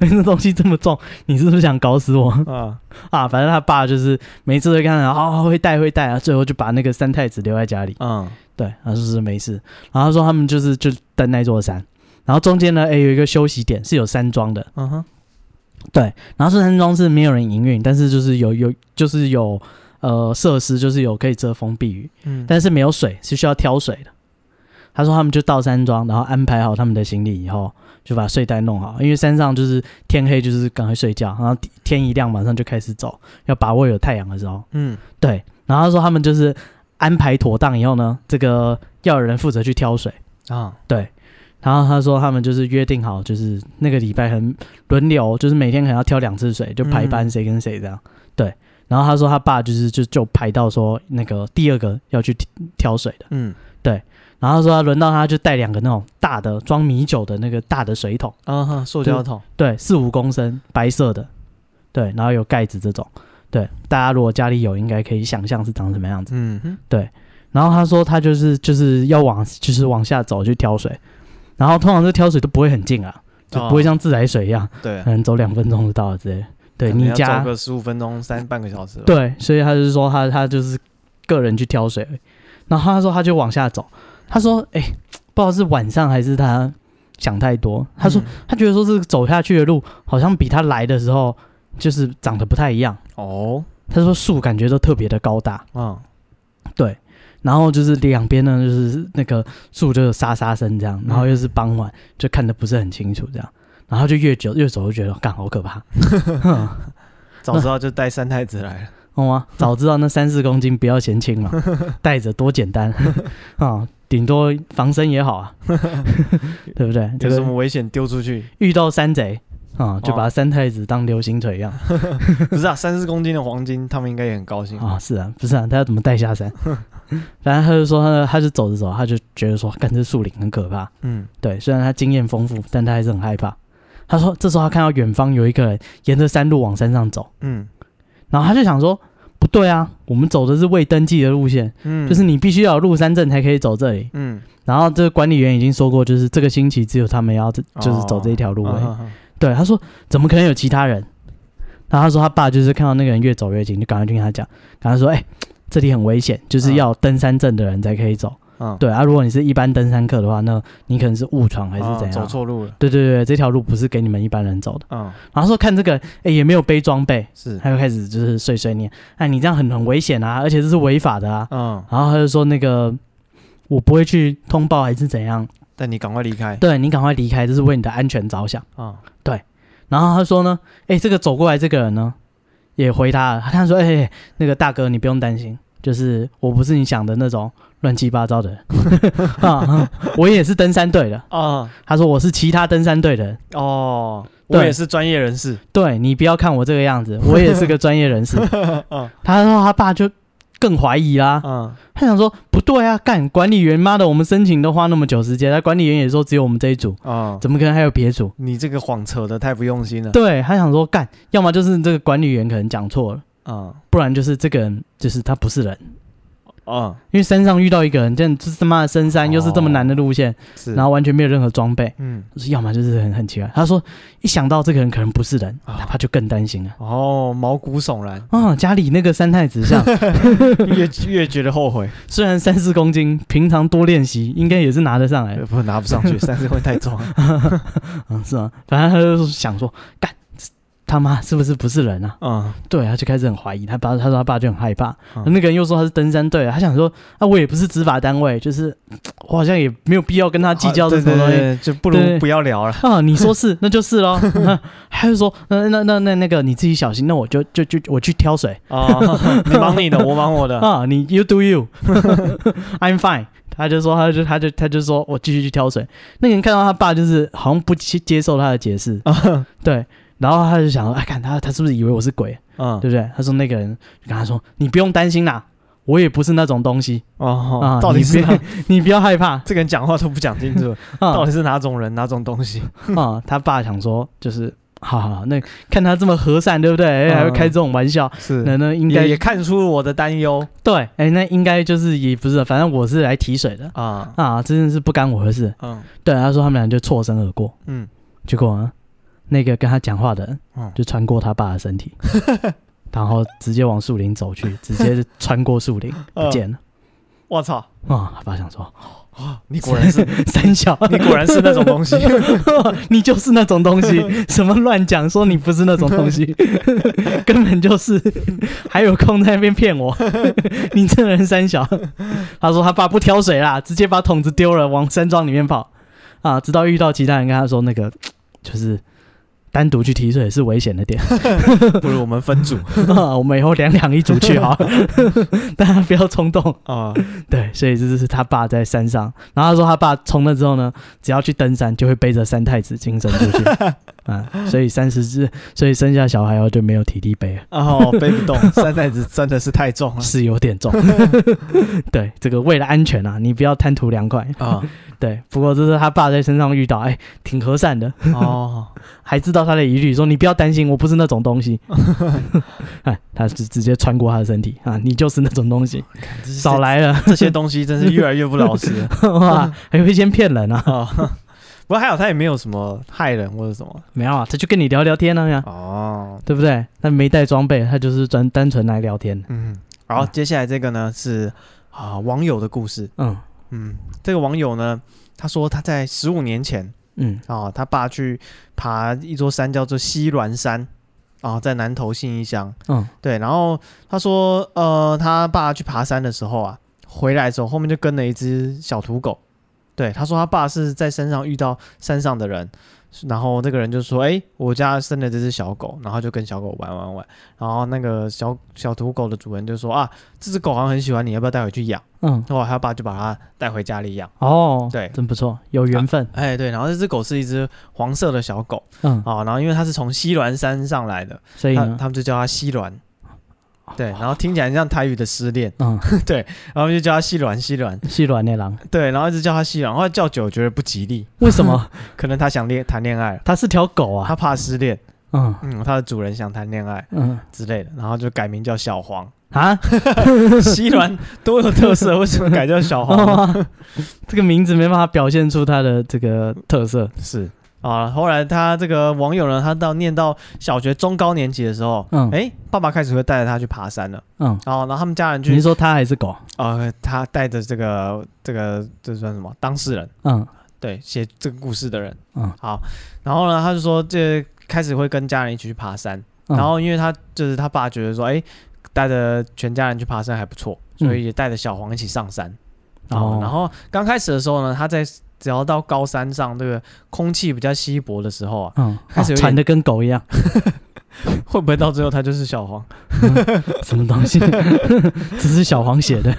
那东西这么重，你是不是想搞死我 啊，啊？反正他爸就是每次都跟他讲，哦会带会带啊，最后就把那个三太子留在家里。嗯，对，他说是没事。然后他说他们就是就登那座山，然后中间呢，哎、有一个休息点是有山庄的，嗯哼，然后这山庄是没有人营运，但是就是有有就是有呃设施，就是有可以遮风避雨，嗯，但是没有水，是需要挑水的。他说他们就到山庄，然后安排好他们的行李以后，就把睡袋弄好，因为山上就是天黑就是赶快睡觉，然后天一亮马上就开始走，要把握有太阳的时候。嗯，对，然后他说他们就是安排妥当以后呢，这个要有人负责去挑水。啊，然后他说他们就是约定好，就是那个礼拜很轮流，就是每天可能要挑两次水，就排班嗯谁跟谁这样。对，然后他说他爸就是就就排到说那个第二个要去挑挑水的，嗯，然后他说他轮到他就带两个那种大的装米酒的那个大的水桶，啊哈，塑胶桶，对，四五公升白色的，对，然后有盖子这种，对，大家如果家里有，应该可以想象是长什么样子。嗯哼，然后他说他就是就是要往就是往下走去挑水，然后通常这挑水都不会很近啊，就不会哦像自来水一样，对啊可，能走两分钟就到了之类的。对可能你要家走个十五分钟，三半个小时吧，对，所以他就是说他他就是个人去挑水而已，然后他说他就往下走，他说哎、不知道是晚上还是他想太多，他说、嗯他觉得说这个走下去的路好像比他来的时候就是长得不太一样，哦，他说树感觉都特别的高大，啊，然后就是两边呢，就是那个树就有沙沙声这样，然后又是傍晚，就看得不是很清楚这样，然后就越久越走就觉得，干好 可怕，哼早知道就带三太子来了，懂吗？早知道那三四公斤不要 嫌轻嘛，带着多简单 啊，顶多防身也好啊， 对不对？这有什个么危险丢出 去？遇到山贼啊，就把哦三太子当流星锤一样不是啊，三四公斤的黄金，他们应该也很高兴。啊，是啊，不是啊，他要怎么带下山？ 反正他就说他他就走着走，他就觉得说，干这树林很可怕。嗯，对，虽然他经验丰富，但他还是很害怕。他说，这时候他看到远方有一个人沿着山路往山上走，嗯然后他就想说，不对啊，我们走的是未登记的路线，嗯，就是你必须要有入山证才可以走这里。嗯，然后这个管理员已经说过，就是这个星期只有他们要这就是走这一条路而已。啊哈哈对，他说怎么可能有其他人？然后他说他爸就是看到那个人越走越近，就赶快去跟他讲，赶快说，哎、这里很危险，就是嗯要登山证的人才可以走。嗯，对啊，如果你是一般登山客的话，那你可能是误闯还是啊怎样？走错路了。对对对，这条路不是给你们一般人走的。嗯，然后说看这个，哎，也没有背装备，是，他就开始就是碎碎念，哎，你这样很很危险啊，而且这是违法的啊。嗯，然后他就说那个我不会去通报还是怎样，但你赶快离开。对你赶快离开，这是为你的安全着想。啊，然后他说呢，哎，这个走过来这个人呢也回他了，他说，哎，那个大哥你不用担心，就是我不是你想的那种乱七八糟的人 啊，我也是登山队的。啊他说我是其他登山队的人，哦，我对也是专业人士，对你不要看我这 个样子，我也是个专业人士。啊他说他爸就更怀疑啦，嗯，他想说不对啊，干管理员妈的，我们申请都花那么久时间，那管理员也说只有我们这一组，哦，怎么可能还有别组？你这个谎扯的太不用心了，对他想说干，要么就是这个管理员可能讲错了，嗯不然就是这个人就是他不是人，嗯，因为山上遇到一个人，这样就是他妈的深山，哦又是这么难的路线，是，然后完全没有任何装备，嗯，就是要么就是很很奇怪。他说一想到这个人可能不是人，哦他爸就更担心了。，哦，毛骨悚然 啊、家里那个三太子像，越越觉得后悔，虽然三四公斤，平常多练习应该也是拿得上来的呃，不拿不 上去，三十会太重了，嗯，是吗？反正他就想说，干他妈是不是不是人啊？嗯，对，他就开始很怀疑，他爸他说他爸就很害怕，嗯那个人又说他是登山队的，他想说啊，我也不是执法单位，就是我好像也没有必要跟他计较啊这对什对么东西。对，就不如对不要 聊了，啊，你说是，那就是喽。 他就说，那那那那那个你自己小心，那我就就就我去挑水哦，你忙你的，我忙我的， 啊。你 you do you，I'm fine。他 就说，他就他就他就说我继续去挑水。那个人看到他爸就是好像不接接受他的解 释，啊对，然后他就想说，哎，看他他是不是以为我是鬼，嗯，对不对？他说那个人就跟他说，你不用担心啦，我也不是那种东西哦啊，，到底你是别哪？ 你不要害怕 这个人讲话都不讲清楚，到 啊底是哪种人，哪种东西？啊！他爸想说就是。好好，好那看他这么和善，对不对？哎还会开这种玩笑，啊是，那那应也也该看出我的担忧对，哎、那应该就是也不是，反正我是来提水的啊，啊，真的是不干我的事。嗯对，啊他说他们俩就错身而过，嗯，结果呢，那个跟他讲话的人嗯就穿过他爸的身体，然后直接往树林走去，直接穿过树林不见了。我操，啊、他爸想说，你果然 是，三小，你果然是那种东西， 你就是那种东西，什么乱讲，说你不是那种东西， 根本就是，还有空在那边骗我， 你这人三小。 他说他爸不挑水啦，直接把桶子丢了，往山庄里面跑啊，直到遇到其他人跟他说那个就是。单独去提水是危险的点， 不如我们分组啊我们以后两两一组去 哈，大家不要冲动。啊，对，所以这就是他爸在山上。然后他说他爸从那之后呢，只要去登山就会背着三太子精神出去啊、所以三十只，所以生下小孩后就没有体力背了，哦，背不动，三太子真的是太重了是有点重。对，这个为了安全啊，你不要贪图凉快。啊，对，不过这是他爸在身上遇到，哎，挺和善的，哦，还知道他的疑虑，说你不要担心，我不是那种东西。哎，他就直接穿过他的身体啊，你就是那种东西，少了来 了，这些东西真是越来越不老实了哇，还会先骗人啊？啊。不过还好他也没有什么害人或者什么没有啊，他就跟你聊聊天啊呀。哦，对不对？他没带装备，他就是专单纯来聊天。嗯，好，接下来这个呢是啊网友的故事，嗯嗯，这个网友呢他说他在十五年前嗯哦，他爸去爬一座山叫做西峦山，啊、在南投信义乡。嗯对，然后他说，呃，他爸去爬山的时候啊，回来的时候后面就跟了一只小土狗。对，他说他爸是在山上遇到山上的人，然后这个人就说，哎、我家生了这只小狗，然后就跟小狗玩玩玩，然后那个小小土狗的主人就说啊，这只狗好像很喜欢你，要不要带回去养？嗯，然后他爸就把它带回家里养。哦，对真不错，有缘分。哎，对，然后这只狗是一只黄色的小狗。嗯，哦，然后因为它是从西峦山上来的，所以他呢，哦他们就叫它西峦。对，然后听起来很像台语的失恋， 嗯，然后他们就叫它西峦西峦。细软内狼，对，然后一直叫它西峦，后来叫久了觉得不吉利， 为什 么可能它想恋谈恋爱了，它是条狗啊？它怕失恋，嗯嗯，它的主人想谈恋爱嗯之类的，然后就改名叫小黄。 啊，西峦多有特色，为什么改叫小黄 哦呢？这个名字没办法表现出它的这个特色。是啊，后来他这个网友呢，他到念到小学中高年级的时候，嗯哎，爸爸开始会带着他去爬山了，嗯，哦，然后他们家人去你是说它还是狗？呃，他带着这个这个这算什么当事人？嗯对，写这个故事的人，嗯，好。然后呢，他就说这开始会跟家人一起去爬山，嗯然后因为他就是他爸觉得说，哎、带着全家人去爬山还不错，所以也带着小黄一起上山。哦嗯哦，然后刚开始的时候呢，他在只要到高山 上，这个空气比较稀薄的时候啊，嗯，开始有点哦 喘的跟狗一样。会不会到最后他就是小黄？什么 东西？只是小黄写的，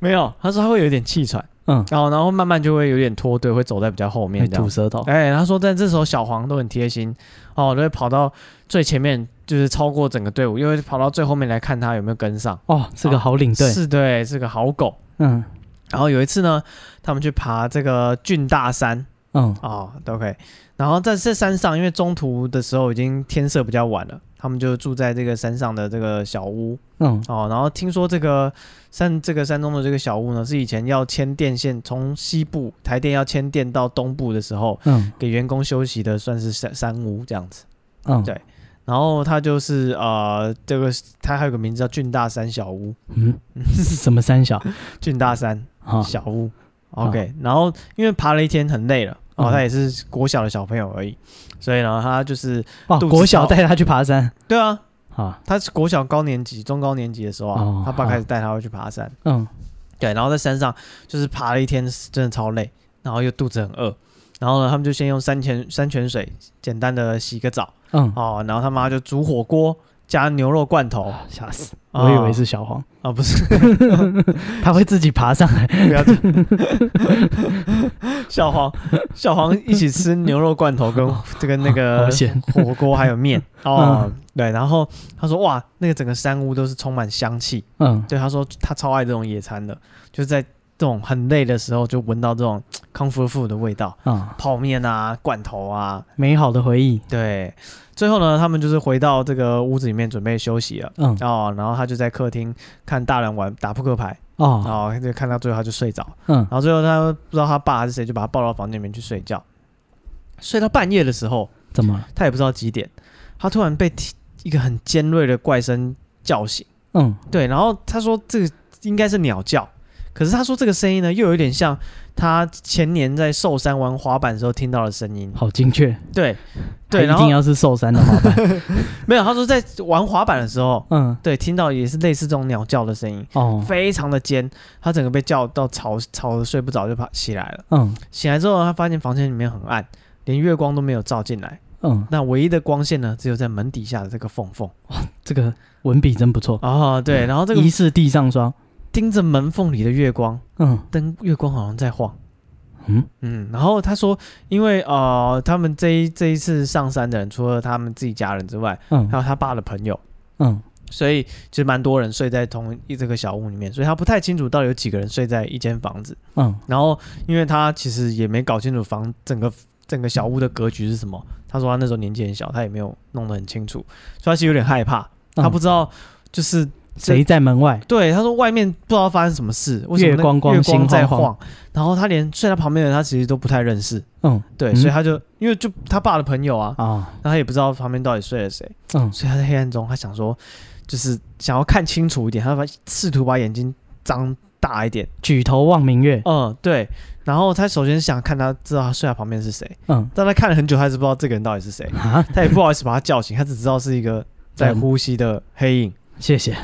没有，他说他会有一点气喘，嗯，然后然后慢慢就会有点脱队，会走在比较后会面这样吐。舌头，哎，他说在这时候小黄都很贴心哦，都会跑到最前面，就是超过整个队伍，因为跑到最后面来看他有没有跟上。哦，是个好领队，是对，是个好狗。嗯然后有一次呢，他们去爬这个郡大山嗯哦，都可以。然后在这山上，因为中途的时候已经天色比较晚了，他们就住在这个山上的这个小屋嗯，哦。然后听说这个山这个山中的这个小屋呢，是以前要牵电线，从西部台电要牵电到东部的时候，嗯给员工休息的，算是山山屋这样子。嗯，对然后它就是呃，这个它还有个名字叫郡大山小屋，嗯，什么三 小郡大山啊？小屋。OK，、然后因为爬了一天很累了，哦，嗯他也是国小的小朋友而已，所以呢，他就是哦，肚子国小超带他去爬山对啊，啊，他是国小高年级、中高年级的时候啊，哦他爸开始带他会去爬山，嗯对，然后在山上就是爬了一天，真的超累，然后又肚子很饿，然后呢，他们就先用山泉山泉水简单的洗个澡，嗯，哦，然后他妈就煮火锅加牛肉罐头，啊吓死！ 我以为是啊、小黄，啊不是， 他会自己爬上来，不要这样 小黄小黄一起吃牛肉罐头跟这个那个哦好险！嗯火锅还有 面哦，对，然后他说哇，那个整个山屋都是充满香气，嗯对，他说他超爱这种野餐的，就是在这种很累的时候就闻到这种 comfort food 的味道，啊，泡面啊、罐头啊，美好的回忆，对，最后呢，他们就是回到这个屋子里面准备休息了。嗯哦，然后他就在客厅看大人玩打扑克牌，哦，哦，就看到最后他就睡着，嗯然后最后他不知道他爸还是谁，就把他抱到房间里面去睡觉，睡到半夜的时候，怎么了？他也不知道几点，他突然被踢一个很尖锐的怪声叫醒。嗯对，然后他说这个应该是鸟叫，可是他说这个声音呢，又有点像他前年在寿山玩滑板的时候听到的声音。好精确，对，他对，一然后定要是寿山的滑 板。没有，他说在玩滑板的时候，嗯，对，听到也是类似这种鸟叫的声音。哦，非常的尖，他整个被叫到吵吵的睡不着，就爬起来了。嗯醒来之后，他发现房间里面很暗，连月光都没有照进来。嗯，那唯一的光线呢，只有在门底下的这个缝缝。这个文笔真不错。哦，对，然后这个疑似地上霜。盯着门缝里的月光，嗯灯月光好像在晃。嗯嗯，然后他说，因为呃，他们这一这一次上山的人，除了他们自己家人之外，还嗯有他爸的朋友，嗯所以其实蛮多人睡在同一这个小屋里面，所以他不太清楚到底有几个人睡在一间房子。嗯然后，因为他其实也没搞清楚房整个整个小屋的格局是什么，他说他那时候年纪很小，他也没有弄得很清楚，所以他其实有点害怕，他嗯不知道就是谁在门外？对，他说外面不知道发生什么事，为什么那月光光月光在心慌晃，然后他连睡在旁边的人他其实都不太认识，嗯对，嗯所以他就因为就他爸的朋友啊，啊然后他也不知道旁边到底睡了谁，嗯所以他在黑暗中他想说，就是想要看清楚一点，他把试图把眼睛张大一点，举头望明月。 嗯，对，然后他首先想看他知道他睡在旁边是谁，嗯但他看了很久，他还是不知道这个人到底是谁，啊，他也不好意思把他叫醒，他只知道是一个在人呼吸的黑影，谢谢。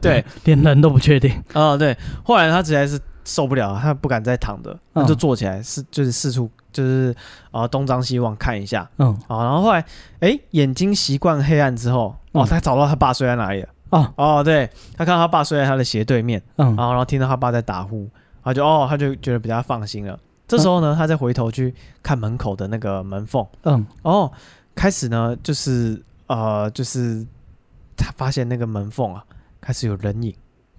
对。连人都不确定。啊、对，后来他实在是受不了，他不敢再躺着，他就坐起来，四就是四处就是啊、呃东张西望看一下嗯啊、然后后来哎眼睛习惯黑暗之后，哦嗯他找到他爸睡在哪里了，哦哦对他看到他爸睡在他的斜对面，嗯然后然后听到他爸在打呼，他就哦他就觉得比较放心了。这时候呢，他再回头去看门口的那个门缝，嗯哦，开始呢就是呃就是他发现那个门缝啊开始有人影。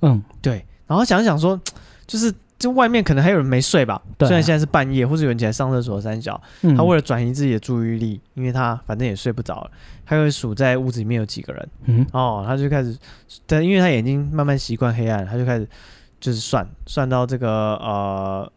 嗯对，然后想想说，就是这外面可能还有人没睡吧，对啊虽然现在是半夜，或者有人起来上厕所三小，嗯，他为了转移自己的注意力，因为他反正也睡不着了，他会数在屋子里面有几个人，嗯哦，他就开始，但因为他眼睛慢慢习惯黑暗，他就开始就是算算到这个呃，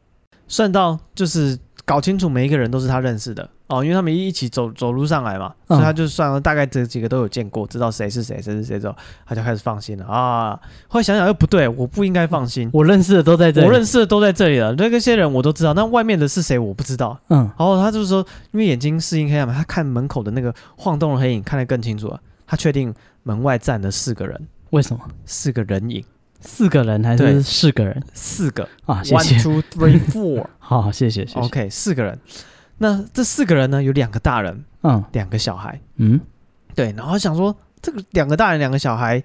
算到就是搞清楚每一个人都是他认识的哦，因为他们一起走走路上来嘛，所以他就算了大概这几个都有见过，知道谁是谁谁是谁之后，他就开始放心了啊。后来想想又不对，我不应该放心，我认识的都在这里。我认识的都在这里了，那个些人我都知道，那外面的是谁我不知道。嗯然哦后他就是说，因为眼睛适应黑暗嘛，他看门口的那个晃动的黑影看得更清楚了。他确定门外站了四个人，为什么四个人影，四个人还对是四个人四个啊？谢谢 ，one。two three four，OK，好，谢谢谢谢。四个人。那这四个人呢，有两个大人，嗯两个小孩。嗯，对，然后想说这个两个大人两个小孩，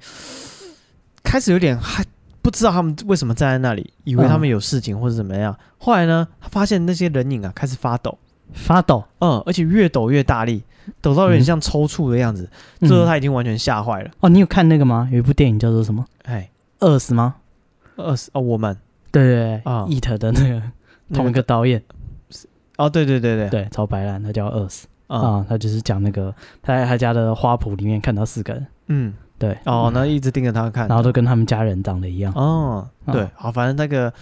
开始有点害，不知道他们为什么站在那里，以为他们有事情或者怎么样。后来呢，他发现那些人影啊开始发抖，发抖，嗯，而且越抖越大力，抖到有点像抽搐的样子。嗯最后他已经完全吓坏了。哦，你有看那个吗？有一部电影叫做什么哎、 《饿死》吗？二十哦，我们对对对啊，It 的 那个那同一个个导演，哦，对对对对，对，超白烂，他叫《饿死》啊、啊，他就是讲那个他在他家的花圃里面看到四个人，嗯，对，哦，那一直盯着他看然，后都跟他们家人长得一样，哦，嗯对，好，反正那个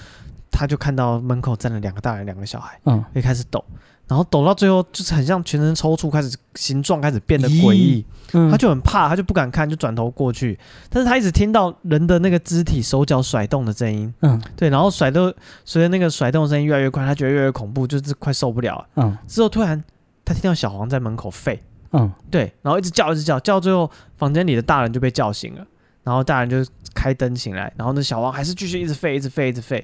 他就看到门口站了两个大人，两个小孩。嗯，也开始抖，然后抖到最后就是很像全身抽搐，开始形状开始变得诡异，嗯他就很怕，他就不敢看，就转头过去，但是他一直听到人的那个肢体手脚甩动的声音，嗯对，然后甩动随着那个甩动的声音越来越快，他觉得越来越恐怖，就是快受不了了。嗯之后突然他听到小黄在门口吠，嗯对，然后一直叫一直叫，叫到最后房间里的大人就被叫醒了，然后大人就开灯醒来，然后那小黄还是继续一直吠，一直吠，一直吠，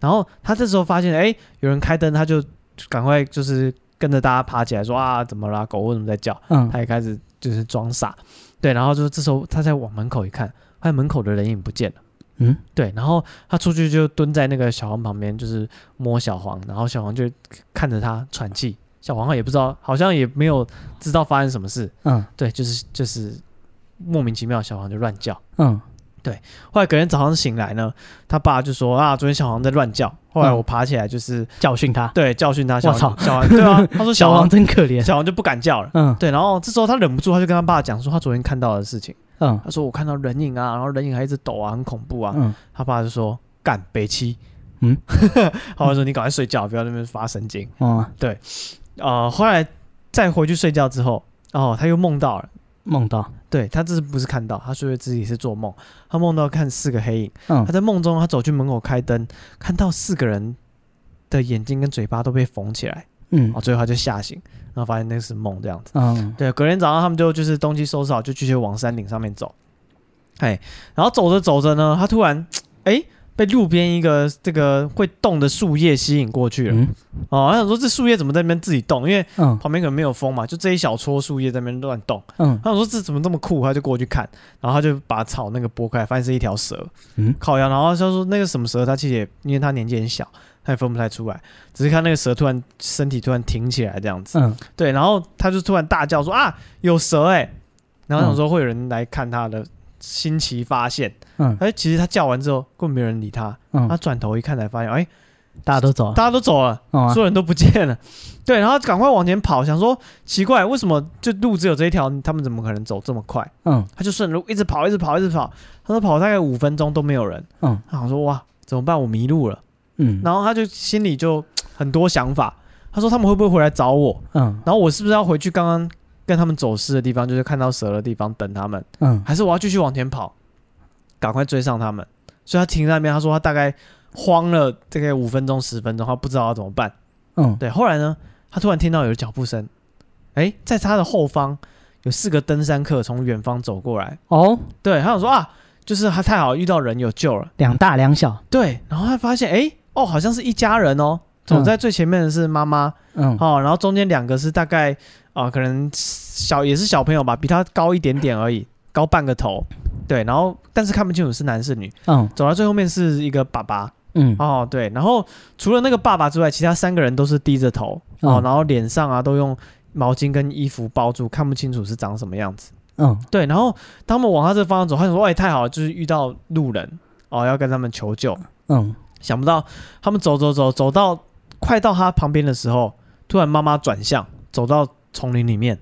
然后他这时候发现，哎，有人开灯，他就赶快就是跟着大家爬起来说啊，怎么啦，狗为什么在叫？嗯他也开始就是装傻，对，然后就是这时候他哎在往门口一看，发现门口的人影不见了。嗯，对，然后他出去就蹲在那个小黄旁边，就是摸小黄，然后小黄就看着他喘气，小黄也不知道，好像也没有知道发生什么事，嗯对，就是就是莫名其妙，小黄就乱叫。嗯后来隔天早上醒来呢，他爸就说啊，昨天小黄在乱叫。后来嗯我爬起来就是、教训他，对教训他，小我黄小黄对 啊，他说小小王黄真可怜，小黄就不敢叫了。嗯对，然后这时候他忍不住，他就跟他爸讲说他昨天看到的事情。嗯他说我看到人影啊，然后人影还一直抖啊，很恐怖啊。嗯他爸就说干北七，嗯， 他爸说你赶快睡觉，不要在那边发神经。嗯，啊、后来再回去睡觉之后，哦，他又梦到了。梦到，对他这是不是看到？他说自己是做梦，他梦到看四个黑影。嗯他在梦中，他走去门口开灯，看到四个人的眼睛跟嘴巴都被缝起来，嗯然后最后他就吓醒，然后发现那是梦这样子。嗯对，隔天早上他们就就是东西收拾好，就继续往山顶上面走。哎，然后走着走着呢，他突然哎被路边一个这个会动的树叶吸引过去了。嗯哦，他想说这树叶怎么在那边自己动？因为嗯旁边可能没有风嘛，就这一小撮树叶在那边乱动。嗯他想说这怎么这么酷，他就过去看，然后他就把草那个拨开，发现是一条蛇，嗯靠腰，然后他说那个什么蛇，他其实也因为他年纪很小，他也分不太出来，只是看那个蛇突然身体突然挺起来这样子，嗯对，然后他就突然大叫说啊有蛇哎、然后想说会有人来看他的新奇发现，嗯哎、其实他叫完之后根本没有人理他，他嗯，转头一看才发现，哎、大家都走了，啊大家都走了。嗯啊所有人都不见了，对，然后赶快往前跑，想说奇怪，为什么就路只有这一条，他们怎么可能走这么快？嗯他就顺路一直跑，一直跑，一直跑。他说跑大概五分钟都没有人，嗯他想说哇怎么办？我迷路了。嗯然后他就心里就很多想法，他说他们会不会回来找我？嗯然后我是不是要回去刚刚跟他们走失的地方，就是看到蛇的地方等他们？嗯还是我要继续往前跑，赶快追上他们？所以他停在那边，他说他大概慌了大概五分钟十分钟，他不知道要怎么办。嗯对，后来呢，他突然听到有脚步声，哎，在他的后方有四个登山客从远方走过来。哦，对，他想说啊，就是他太好遇到人有救了。两大两小，对，然后他发现，哎，哦，好像是一家人哦。走在最前面的是妈妈，嗯哦，然后中间两个是大概啊、可能小也是小朋友吧，比他高一点点而已，高半个头。对，然后但是看不清楚是男是女。嗯走到最后面是一个爸爸，嗯哦，对，然后除了那个爸爸之外，其他三个人都是低着头哦，嗯然后脸上啊都用毛巾跟衣服包住，看不清楚是长什么样子。嗯对，然后当他们往他这个方向走，他想说：“哎，太好了，就是遇到路人哦，要跟他们求救。嗯”想不到他们走走走走到快到他旁边的时候，突然妈妈转向，走到丛林里面，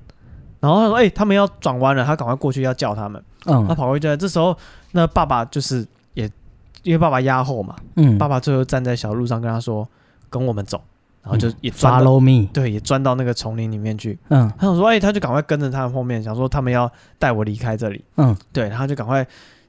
然后他说：“哎，他们要转弯了，他赶快过去要叫他们。”他嗯跑过去，这时候那爸爸就是也因为爸爸压后嘛，嗯爸爸最后站在小路上跟他说：“跟我们走。”然后就也钻到、嗯，Follow me，对，也钻到那个丛林里面去。嗯他想说：“哎、他就赶快跟着他们后面，想说他们要带我离开这里。嗯”对，然后就赶快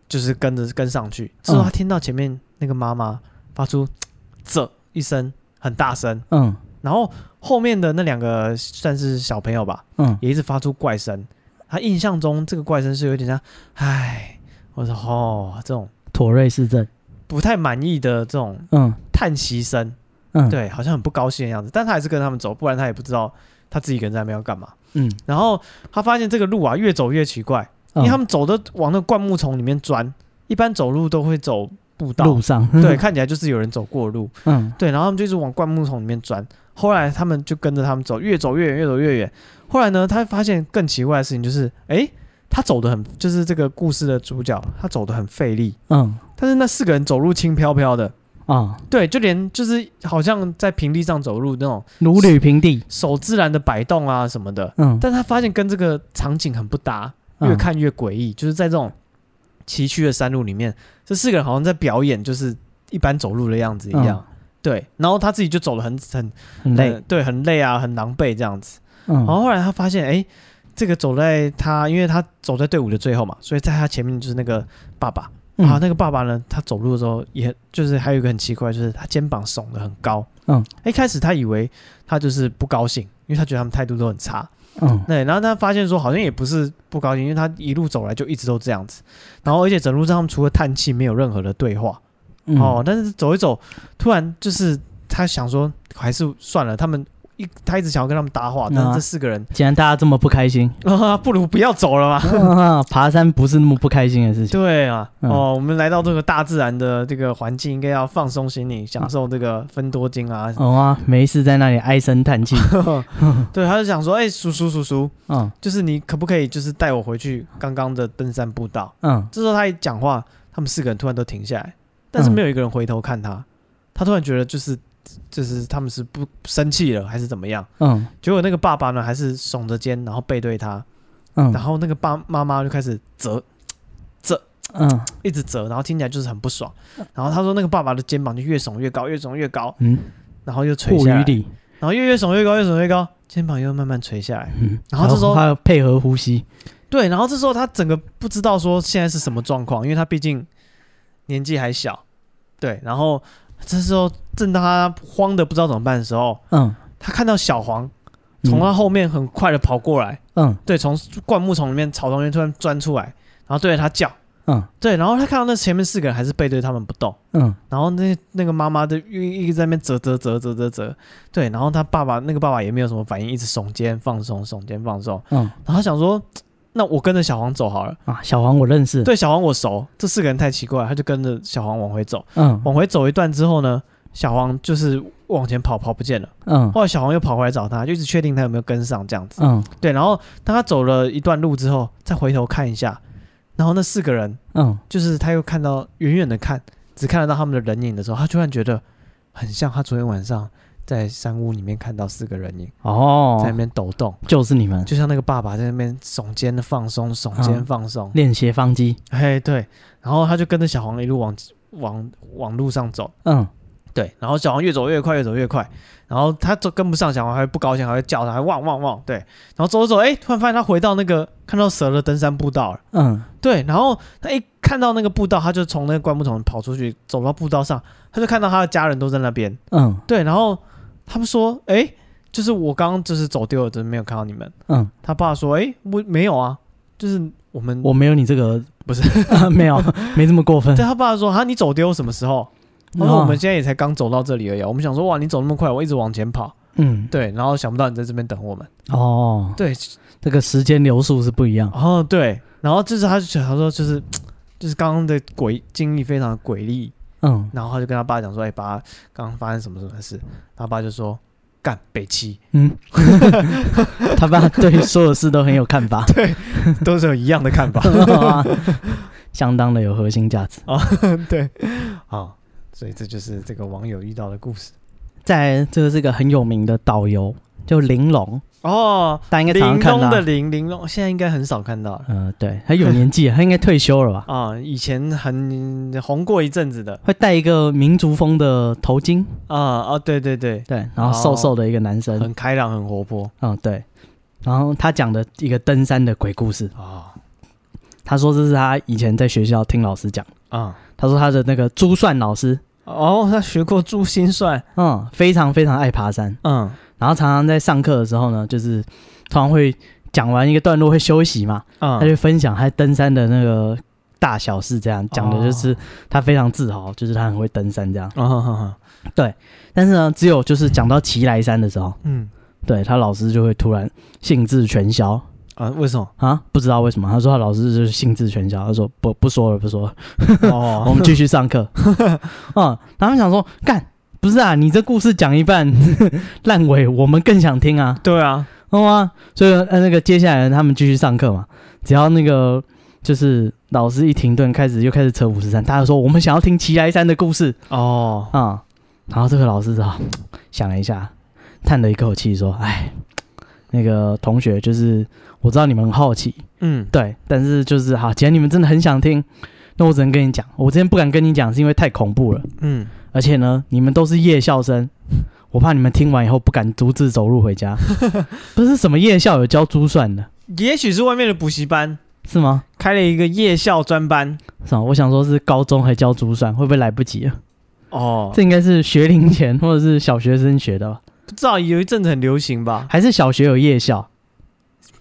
就是跟着跟上去。之后嗯他听到前面那个妈妈发出“啧”一声，很大声，嗯然后后面的那两个算是小朋友吧，嗯也一直发出怪声。他印象中这个怪声是有点像“唉”，我说“哦”这种妥瑞氏症，不太满意的这种嗯叹息声。嗯，，对，好像很不高兴的样子，但他还是跟他们走，不然他也不知道他自己一个人在那边要干嘛。嗯，然后他发现这个路啊越走越奇怪，因为他们走的往那灌木丛里面钻，一般走路都会走步嗯道路，上，对，，看起来就是有人走过的路， 嗯对，然后他们就一直往灌木丛里面钻。后来他们就跟着他们走，越走越远，越走越远。后来呢，他发现更奇怪的事情就是，诶，他走的很，就是这个故事的主角，他走的很费力，嗯但是那四个人走路轻飘飘的，啊，对，就连就是好像在平地上走路那种如履平地，手自然的摆动啊什么的。嗯，但他发现跟这个场景很不搭，嗯越看越诡异，就是在这种崎岖的山路里面，这四个人好像在表演，就是一般走路的样子一样。对，然后他自己就走得很很嗯很呃累，对，很累啊，很狼狈这样子。嗯，然后后来他发现，哎、这个走在他，因为他走在队伍的最后嘛，所以在他前面就是那个爸爸、嗯，啊，那个爸爸呢，他走路的时候也就是还有一个很奇怪，就是他肩膀耸得很高。嗯，一开始他以为他就是不高兴，因为他觉得他们态度都很差。嗯对，然后他发现说好像也不是不高兴，因为他一路走来就一直都这样子。然后而且整路上他们除了叹气，没有任何的对话。嗯哦，，但是走一走，突然就是他想说，还是算了，他们一他一直想要跟他们搭话，嗯啊但是这四个人、 既然大家这么不开心， 啊，不如不要走了吧。啊爬山不是那么不开心的事情，对啊，嗯哦，我们来到这个大自然的这个环境，应该要放松心灵，嗯享受这个芬多精 啊。哦啊，没事在那里唉声叹气，对，他就想说，哎、叔叔叔叔， 嗯就是你可不可以就是带我回去刚刚的登山步道？嗯这时候他一讲话，他们四个人突然都停下来，但是嗯没有一个人回头看他。他突然觉得就是就是他们是不生气了还是怎么样？嗯结果那个爸爸呢，还是耸着肩，然后背对他，嗯，然后那个爸妈妈就开始折，嗯一直折，然后听起来就是很不爽。然后他说那个爸爸的肩膀就越耸越高，越耸越高，嗯，然后又垂过下于来，理，然后又越耸越高，越耸越高，肩膀又慢慢垂下来。嗯，然后这时候还要配合呼吸，对，然后这时候他整个不知道说现在是什么状况，因为他毕竟年纪还小，对。然后这时候正当他慌的不知道怎么办的时候，嗯，他看到小黄嗯从他后面很快的跑过来，嗯对，从灌木丛里面草丛里面突然钻出来，然后对着他叫，嗯对，然后他看到那前面四个人还是背对他们不动，嗯然后那那个妈妈的一一直在那边折折折折折折，对，然后他爸爸那个爸爸也没有什么反应，一直耸肩放松，耸肩放松，嗯然后他想说，嘖那我跟着小黄走好了，啊，小黄我认识，对，小黄我熟，这四个人太奇怪了，他就跟着小黄往回走，嗯往回走一段之后呢，小黄就是往前跑跑不见了，嗯后来小黄又跑回来找他，就一直确定他有没有跟上这样子。嗯对，然后当他走了一段路之后，再回头看一下，然后那四个人嗯，就是他又看到远远的看，只看得到他们的人影的时候，他突然觉得很像他昨天晚上在山屋里面看到四个人影在那哦，边抖动，就是你们就像那个爸爸在那边耸肩的放松，耸肩嗯放松，练斜方肌，嘿对，然后他就跟着小黄一路往往往路上走，嗯对，然后小黄越走越快，越走越快，然后他走跟不上小黄，还会不高兴，还会叫他，还汪汪汪，对，然后走着走，哎，突然发现他回到那个看到蛇的登山步道了，嗯对，然后他一看到那个步道，他就从那个灌木丛跑出去，走到步道上，他就看到他的家人都在那边，嗯对，然后他们说，哎，就是我刚刚就是走丢了，真没有看到你们。嗯，他爸说，哎，我没有啊，就是我们，我没有你这个不是 没有没这么过分对，他爸说，哈，啊你走丢什么时候？他说哦我们现在也才刚走到这里而已啊，我们想说，哇，你走那么快，我一直往前跑。嗯对，然后想不到你在这边等我们。哦，对，这个时间流速是不一样，然后对，然后就是他就想他说就是就是刚刚的诡经历非常的诡异，嗯然后他就跟他爸讲说，哎、爸，刚刚发生什么什么事？他爸就说干北七 嗯， 他爸对所有事都很有看法，都是有一样的看 法相当的有核心价值。啊，对啊、所以这就是这个网友遇到的故事再来这个是一个很有名的导游，就玲珑，哦。大家应该常常玲看珑的到。玲，玲珑现在应该很少看到了呃，对，他有年纪了，他应该退休 了吧？啊、以前很红过一阵子的会戴一个民族风的头巾，啊啊、对对对，对，然后瘦瘦的一个男生，很开朗，很活泼嗯，对。然后他讲的一个登山的鬼故事，啊他说这是他以前在学校听老师讲，啊。他说他的那个珠算老师，哦，他学过珠心算，嗯，非常非常爱爬山，嗯，然后常常在上课的时候呢，就是通常会讲完一个段落会休息嘛，啊他就分享他登山的那个大小事这样讲的，就是他非常自豪，就是他很会登山这样。啊哈哈哈，但是呢，只有就是讲到奇来山的时候，嗯对他老师就会突然兴致全消啊，为什么？啊，不知道为什么，他说他老师就是兴致全消，他说不不说了不说了，我哦，们继续上课。嗯，他们想说干。不是啊，你这故事讲一半 烂尾，我们更想听啊。对啊，哦啊，所以呃，那个接下来他们继续上课嘛，只要那个就是老师一停顿，开始又开始扯五十三，他就说我们想要听齐来山的故事哦，啊、然后这个老师啊想了一下，叹了一口气说：“哎，那个同学，就是我知道你们很好奇，嗯，对，但是就是好，既然你们真的很想听，那我只能跟你讲，我之前不敢跟你讲是因为太恐怖了，嗯，而且呢，你们都是夜校生， 我怕你们听完以后不敢独自走路回 家。不是什么夜校有教珠算的，也许是外面的补习班是吗？开了一个夜校专班，是吗？我想说是高中还教珠算，会不会来不及了？哦，这应该是学龄前或者是小学生学的吧？不知道有一阵子很流行吧？还是小学有夜校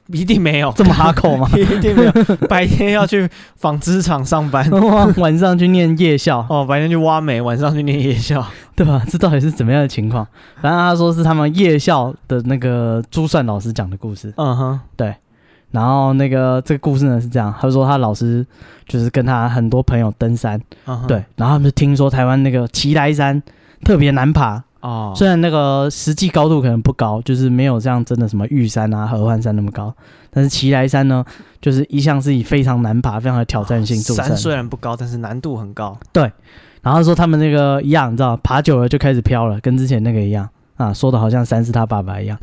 一定没有，？这 么哈扣吗 一定没有，白天要去纺织厂上 班，晚上去念夜校，哦，白天去挖煤，晚上去念夜校，对吧？这到底是怎么样的情况？反正他说是他们夜校的那个珠算老师讲的故事。嗯哼，然后那个这个故事呢是这样，他说他老师就是跟他很多朋友登山，嗯哼，对，然后他们就听说台湾那个奇来山特别难爬，哦，虽然那个实际高度可能不高，就是没有像真的什么玉山啊、合欢山那么高，但是奇来山呢，就是一向是以非常难爬、非常有挑战性著哦山虽称。然不高，但是难度很高，然后说他们那个一样，你知道，爬久了就开始飘了，跟之前那个一样啊，说的好像山是他 爸爸一样。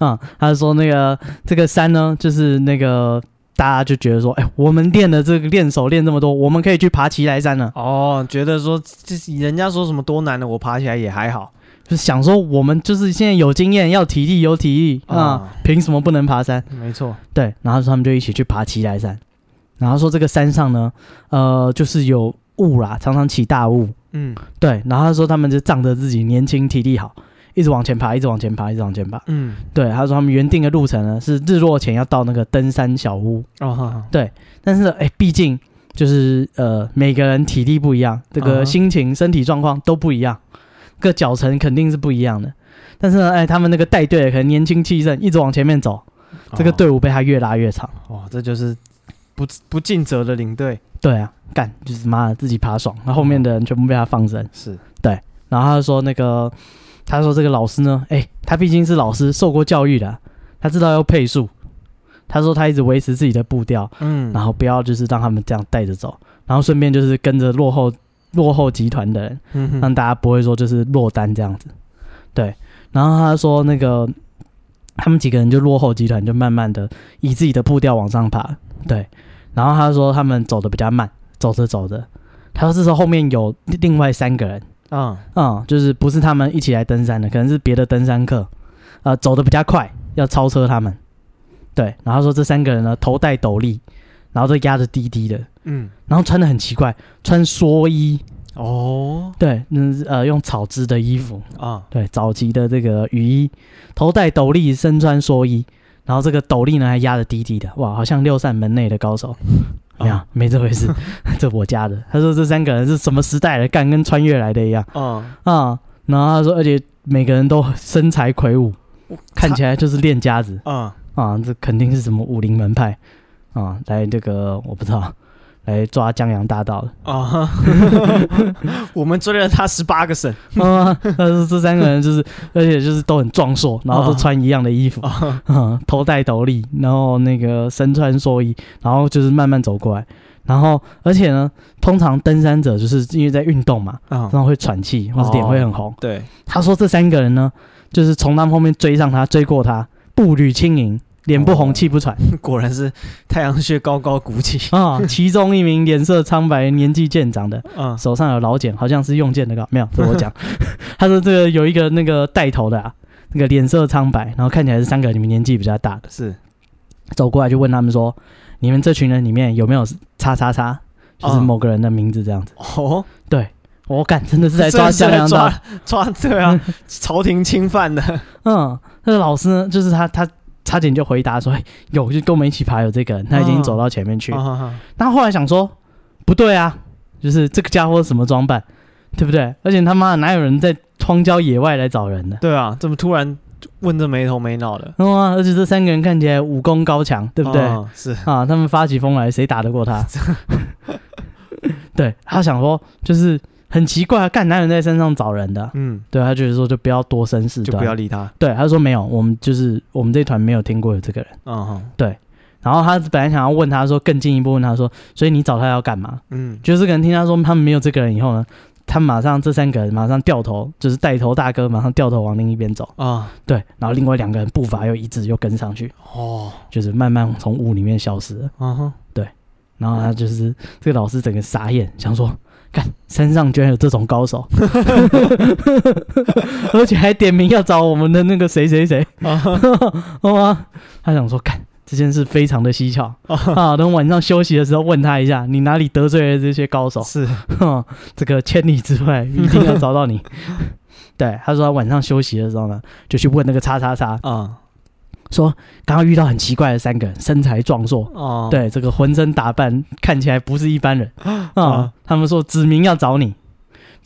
啊、他说那个这个山呢，就是那个大家就觉得说，哎，我们练的这个练手练这么多，我们可以去爬奇来山了。哦，觉得说这人家说什么多难的，我爬起来也还好，就想说我们就是现在有经验，要体力有体力啊啊，凭、什么不能爬山？没错，对，然后他们就一起去爬奇来山，然后说这个山上呢，呃，就是有雾啦，常常起大雾。嗯对，然后他说他们就仗着自己年轻体力好，一直往前爬，一直往前爬，一直往前爬。嗯，对，他说他们原定的路程呢是日落前要到那个登山小屋，哦，哈哈但是呢，哎，毕竟就是呃每个人体力不一样，这嗯个哼心情、身体状况都不一样，这个脚程肯定是不一样的。但是呢，哎，他们那个带队的可能年轻气盛，一直往前面走，这个哦队伍被他越拉越长。哇，哦这就是不不尽责的领队，对啊，干就是妈的自己爬爽，那后嗯面的人全部被他放生。是，然后他就说那个，他说这个老师呢，哎，他毕竟是老师，受过教育的啊，他知道要配速。他说他一直维持自己的步调，嗯然后不要就是让他们这样带着走，然后顺便就是跟着落后落后集团的人，嗯哼让大家不会说就是落单这样子。对，然后他说那个他们几个人就落后集团就慢慢的以自己的步调往上爬，对。然后他说他们走的比较慢，走着走着，他说这时候后面有另外三个人，嗯嗯，就是不是他们一起来登山的，可能是别的登山客，呃，走的比较快，要超车他们。对，然后说这三个人呢，头戴斗笠，然后都压着低低的，嗯，然后穿的很奇怪，穿蓑衣，哦对，嗯呃，用草织的衣服，啊，对，早期的这个雨衣，头戴斗笠，身穿蓑衣，然后这个斗笠呢还压得低低的，哇，好像六扇门内的高手。没有啊，没这回事， 这我家的。他说这三个人是什么时代的，干跟穿越来的一样嗯，啊、然后他说，而且每个人都身材魁梧，看起来就是练家子嗯啊、这肯定是什么武林门派啊、来这个我不知道，来抓江洋大盗的。 啊哈，我们追了他十八个省，啊，但是这三个人就是，而且就是都很壮硕，然后都穿一样的衣服， 嗯，头戴斗笠，然后那个身穿蓑衣，然后就是慢慢走过来，然后而且呢，通常登山者就是因为在运动嘛，嗯然，后会喘气或者脸会很红。对，他说这三个人呢，就是从他们后面追上他，追过他，步履轻盈，脸不红哦气不喘果然是太阳穴高高鼓 起，啊、其中一名脸色苍白、年纪渐长的，嗯手上有老茧，好像是用剑的稿，没有，是我讲。他说这个有一个那个带头的啊，那个脸色苍白，然后看起来是三个你们年纪比较大的，是，走过来就问他们说，你们这群人里面有没有叉叉叉，就是嗯某个人的名字这样子。哦，我感真的是在抓真江的洋是在大。 抓抓对啊，朝廷侵犯的，嗯，那个老师呢，就是他他。差点就回答说：“哎有，就跟我们一起爬有这个人，他已经嗯走到前面去。啊哈哈那后来想说，不对啊，就是这个家伙什么装扮，对不对？而且他妈的哪有人在荒郊野外来找人呢？ 对啊，怎么突然问这没头没脑的，然后啊，而且这三个人看起来武功高强，对不对？嗯是啊，他们发起疯来，谁打得 过他？对他想说，就是很奇怪啊，干哪有人在山上找人的啊？嗯，对他就是说，就不要多生事就端，不要理他。对，他就说没有，我们就是我们这团没有听过有这个人。嗯哼然后他本来想要问他说，更进一步问他说，所以你找他要干嘛？嗯，就是可能听他说他们没有这个人以后呢，他马上这三个人马上掉头，就是带头大哥马上掉头往另一边走。啊对，然后另外两个人步伐又一致又跟上去，哦，就是慢慢从雾里面消失了。嗯哼，然后他就是这个老师整个傻眼，想说。看山上居然有这种高手， 而且还点名要找我们的那个谁谁谁， 啊哈好吗？他想说，看这件事非常的蹊跷 啊，等晚上休息的时候问他一下，你哪里得罪了这些高手？ 是哼，这个千里之外一定要找到你。对，他说他晚上休息的时候呢，就去问那个叉叉叉，啊说刚刚遇到很奇怪的三个人，身材壮硕，哦，对，这个浑身打扮看起来不是一般人啊、啊他们说指明要找你，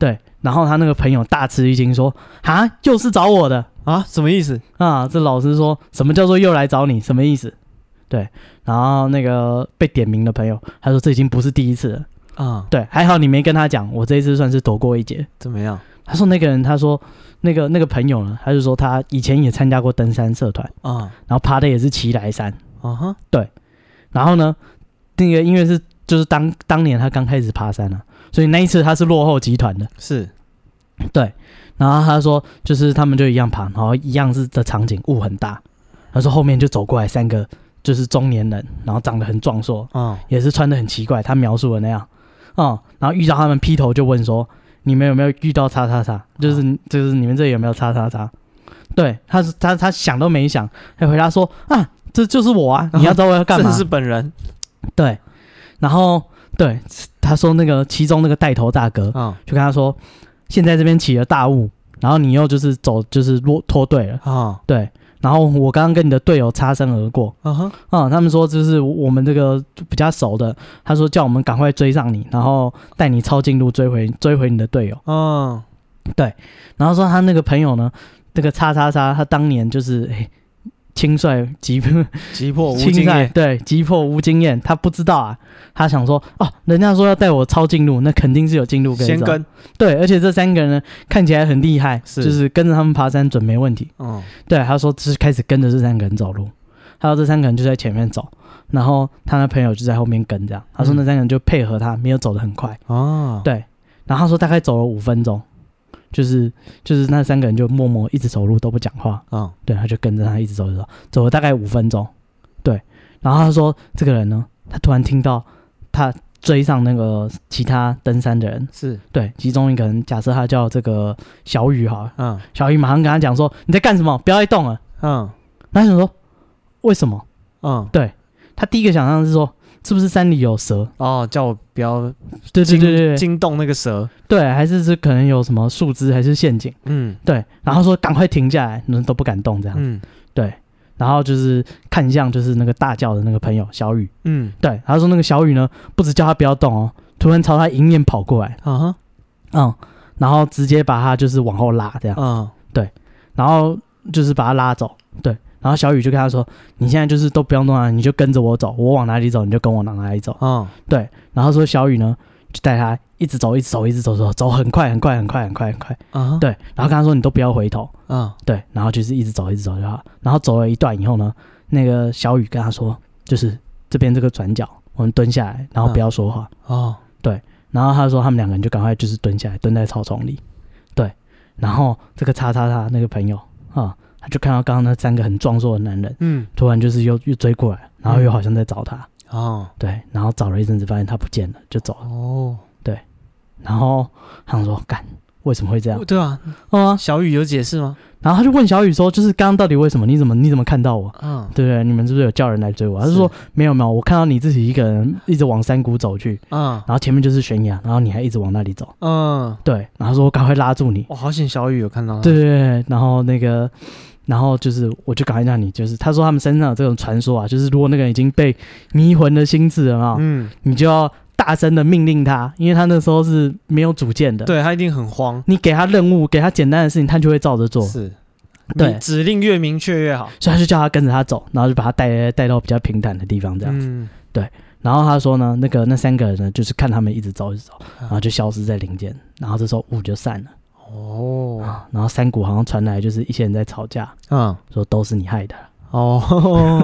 对，然后他那个朋友大吃一惊说，啊，又是找我的，啊，什么意思？啊，这老师说什么叫做又来找你，什么意思？对，然后那个被点名的朋友，他说这已经不是第一次了。啊，对，还好你没跟他讲，我这一次算是躲过一劫。怎么样？他说那个人，他说那个那个朋友呢，他就说他以前也参加过登山社团，啊然后爬的也是奇来山。啊哈，然后呢，那个因为是就是当当年他刚开始爬山啊，所以那一次他是落后集团的。是然后他说，就是他们就一样爬，然后一样是的场景，雾很大。他说后面就走过来三个，就是中年人，然后长得很壮硕，啊也是穿的很奇怪，他描述的那样。哦、然后遇到他们劈头就问说：“你们有没有遇到叉叉啊叉？就是、就是你们这里有没有叉叉叉？”对，他是他他想都没想，还回答说：“啊，这就是我啊，你要找我要干嘛 这？”是本人对，然后对他说那个其中那个带头大哥，啊就跟他说，现在这边起了大雾，然后你又就是走就是落脱队了，啊对。然后我刚刚跟你的队友擦身而过，啊哈啊、他们说就是我们这个比较熟的，他说叫我们赶快追上你，然后带你抄近路追回追回你的队友。啊然后说他那个朋友呢，那个叉叉叉，他当年就是哎轻率急急 迫无青经菜验对，急迫无经验，他不知道啊，他想说哦，人家说要带我抄近路，那肯定是有近路可以先走跟，对，而且这三个人呢看起来很厉害，是就是跟着他们爬山准没问题。嗯对，他说就是开始跟着这三个人走路，他说这三个人就在前面走，然后他那朋友就在后面跟这样，他说嗯那三个人就配合他，没有走得很快，啊，对，然后他说大概走了五分钟。就是就是那三个人就默默一直走路都不讲话，嗯对，他就跟着他一直走，一直走，走了大概五分钟，对。然后他说，这个人呢，他突然听到他追上那个其他登山的人，是对，其中一个人，假设他叫这个小雨好了，嗯小雨马上跟他讲说：“你在干什么？不要再动了。嗯”然后他想说：“为什么嗯？”他第一个想象是说：“是不是山里有蛇哦，叫我不要？”对对惊对对对，惊动那个蛇，对，还是是可能有什么树枝还是陷阱？嗯对，然后说赶快停下来，人都不敢动这样子。嗯对，然后就是看向就是那个大叫的那个朋友小雨，嗯对，他说那个小雨呢，不止叫他不要动哦，突然朝他迎面跑过来，啊哈嗯，然后直接把他就是往后拉这样，嗯然后就是把他拉走，对，然后小雨就跟他说，你现在就是都不用动啊，你就跟着我走，我往哪里走你就跟我往哪里走，嗯对，然后说小雨呢就带他一直走，一直走，一直走，走走很快，很快，很快，很快，很快，啊哈对，然后跟他说你都不要回头，嗯对，然后就是一直走，一直走就好。然后走了一段以后呢，那个小雨跟他说，就是这边这个转角，我们蹲下来，然后不要说话。哦然后他说他们两个人就赶快就是蹲下来，蹲在草丛里。对，然后这个叉叉叉那个朋友啊，他就看到刚刚那三个很壮硕的男人，嗯突然就是又又追过来，然后嗯又好像在找他。哦对，然后找了一阵子，发现他不见了，就走了。哦，然后他想说，干，为什么会这样？对啊，啊、小雨有解释吗？然后他就问小雨说，就是刚刚到底为什么？你怎么你怎么看到我？嗯对对，你们是不是有叫人来追我？他就是说没有没有，我看到你自己一个人一直往山谷走去，嗯然后前面就是悬崖，然后你还一直往那里走。嗯，对，然后他说我赶快拉住你。我好险小雨有看到他，对对对，然后那个，然后就是我就赶快让你，就是他说他们身上有这种传说啊，就是如果那个人已经被迷魂的心智了啊，嗯你就要大声的命令他，因为他那时候是没有主见的。，对他一定很慌，你给他任务，给他简单的事情，他就会照着做。所是，对你指令越明确越好，以他就叫他跟着他走，然后就把他带带到比较平坦的地方，这样。嗯，然后他说呢，那个那三个人呢，就是看他们一直走一直走，啊然后就消失在林间。然后这时候雾就散了哦，啊，然后山谷好像传来就是一些人在吵架，嗯，说都是你害的哦，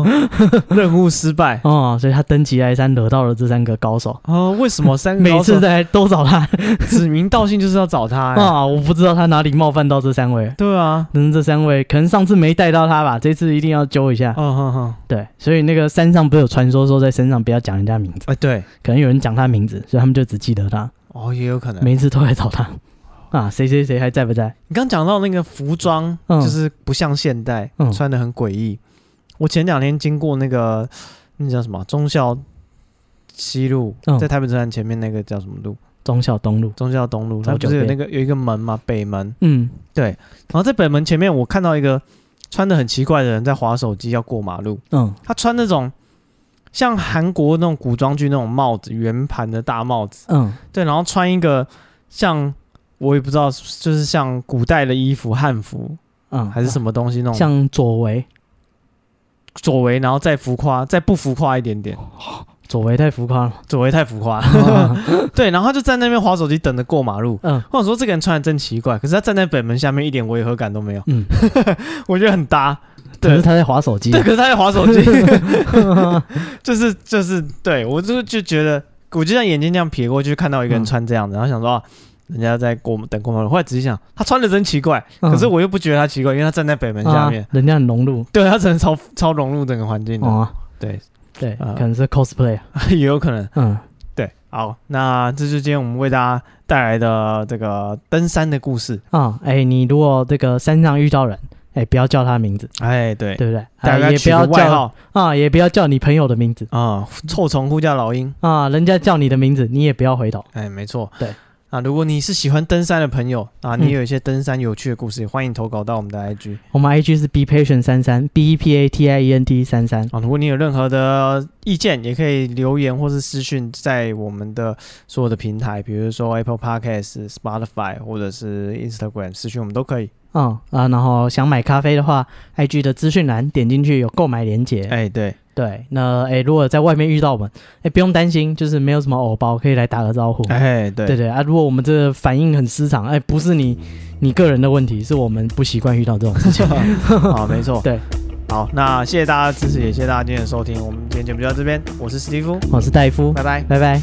任务失败。哦，所以他登极来山惹到了这三个高手，哦，为什么三个每高次手在都找他指名道姓就是要找他、欸？啊，我不知道他哪里冒犯到这三位。对啊，嗯，这三位可能上次没带到他吧，这次一定要揪一下。嗯哼哼，对，所以那个山上不是有传说说在山上不要讲人家名字，哎、对，可能有人讲他名字，所以他们就只记得他，哦，也有可能。每一次都来找他哦啊，谁谁谁还在不在？你刚讲到那个服装，嗯就是不像现代，嗯穿的很诡异。我前两天经过那个那叫什么忠孝西路，嗯在台北车站前面那个叫什么路？忠孝东路，忠孝东路，走它不是有九那遍个有一个门嘛，北门。嗯，然后在北门前面，我看到一个穿的很奇怪的人在划手机，要过马路。嗯他穿那种像韩国那种古装剧那种帽子，圆盘的大帽子，嗯对，然后穿一个像我也不知道，就是像古代的衣服汉服嗯，还是什么东西那种，像左为，左为，然后再浮夸，再不浮夸一点点，左为太浮夸了，左为太浮夸，对，然后他就在那边划手机等着过马路。嗯我想说这个人穿的真奇怪，可是他站在北门下面一点违和感都没有，嗯，我觉得很搭。可是对，他在划手机啊嗯对，，可是他在划手 机，就是就是，对我就就觉得，我就像眼睛这样瞥过去，看到一个人嗯穿这样子，然后想说、啊、人家在过等过马路，后来仔细想，他穿的真奇怪，嗯可是我又不觉得他奇怪，因为他站在北门下面，啊人家很融入对他真的超超融入整个环境的，哦啊，对，对，啊可能是 cosplay， 也有可能。嗯对，好，那这就是今天我们为大家带来的这个登山的故事。啊，哎，你如果这个山上遇到人，哎，不要叫他名字，哎，对，对不对？啊大家也取不个要外叫号啊，也不要叫你朋友的名字。啊，臭虫呼叫老鹰。啊，人家叫你的名字，你也不要回头。哎，没错。对。啊，如果你是喜欢登山的朋友啊，嗯你有一些登山有趣的故事，也欢迎投稿到我们的 IG 我们 IG 是 be patient 三三 b e p a t i e n t 三三。啊。如果你有任何的意见，也可以留言或是私讯在我们的所有的平台，比如说 Apple Podcast、Spotify 或者是 Instagram 私讯我们都可以。嗯啊，然后想买咖啡的话，IG 的资讯栏点进去有购买链接。哎，对，对，那哎，如果在外面遇到我们，哎，不用担心，就是没有什么偶包，可以来打个招呼。哎，对对对啊，如果我们这个反应很失常，哎，不是你你个人的问题，是我们不习惯遇到这种事情。好，没错。对，好，那谢谢大家的支持，也谢谢大家今天的收听。我们今天节目就到这边，我是史蒂夫，我是戴 夫，拜拜。拜拜。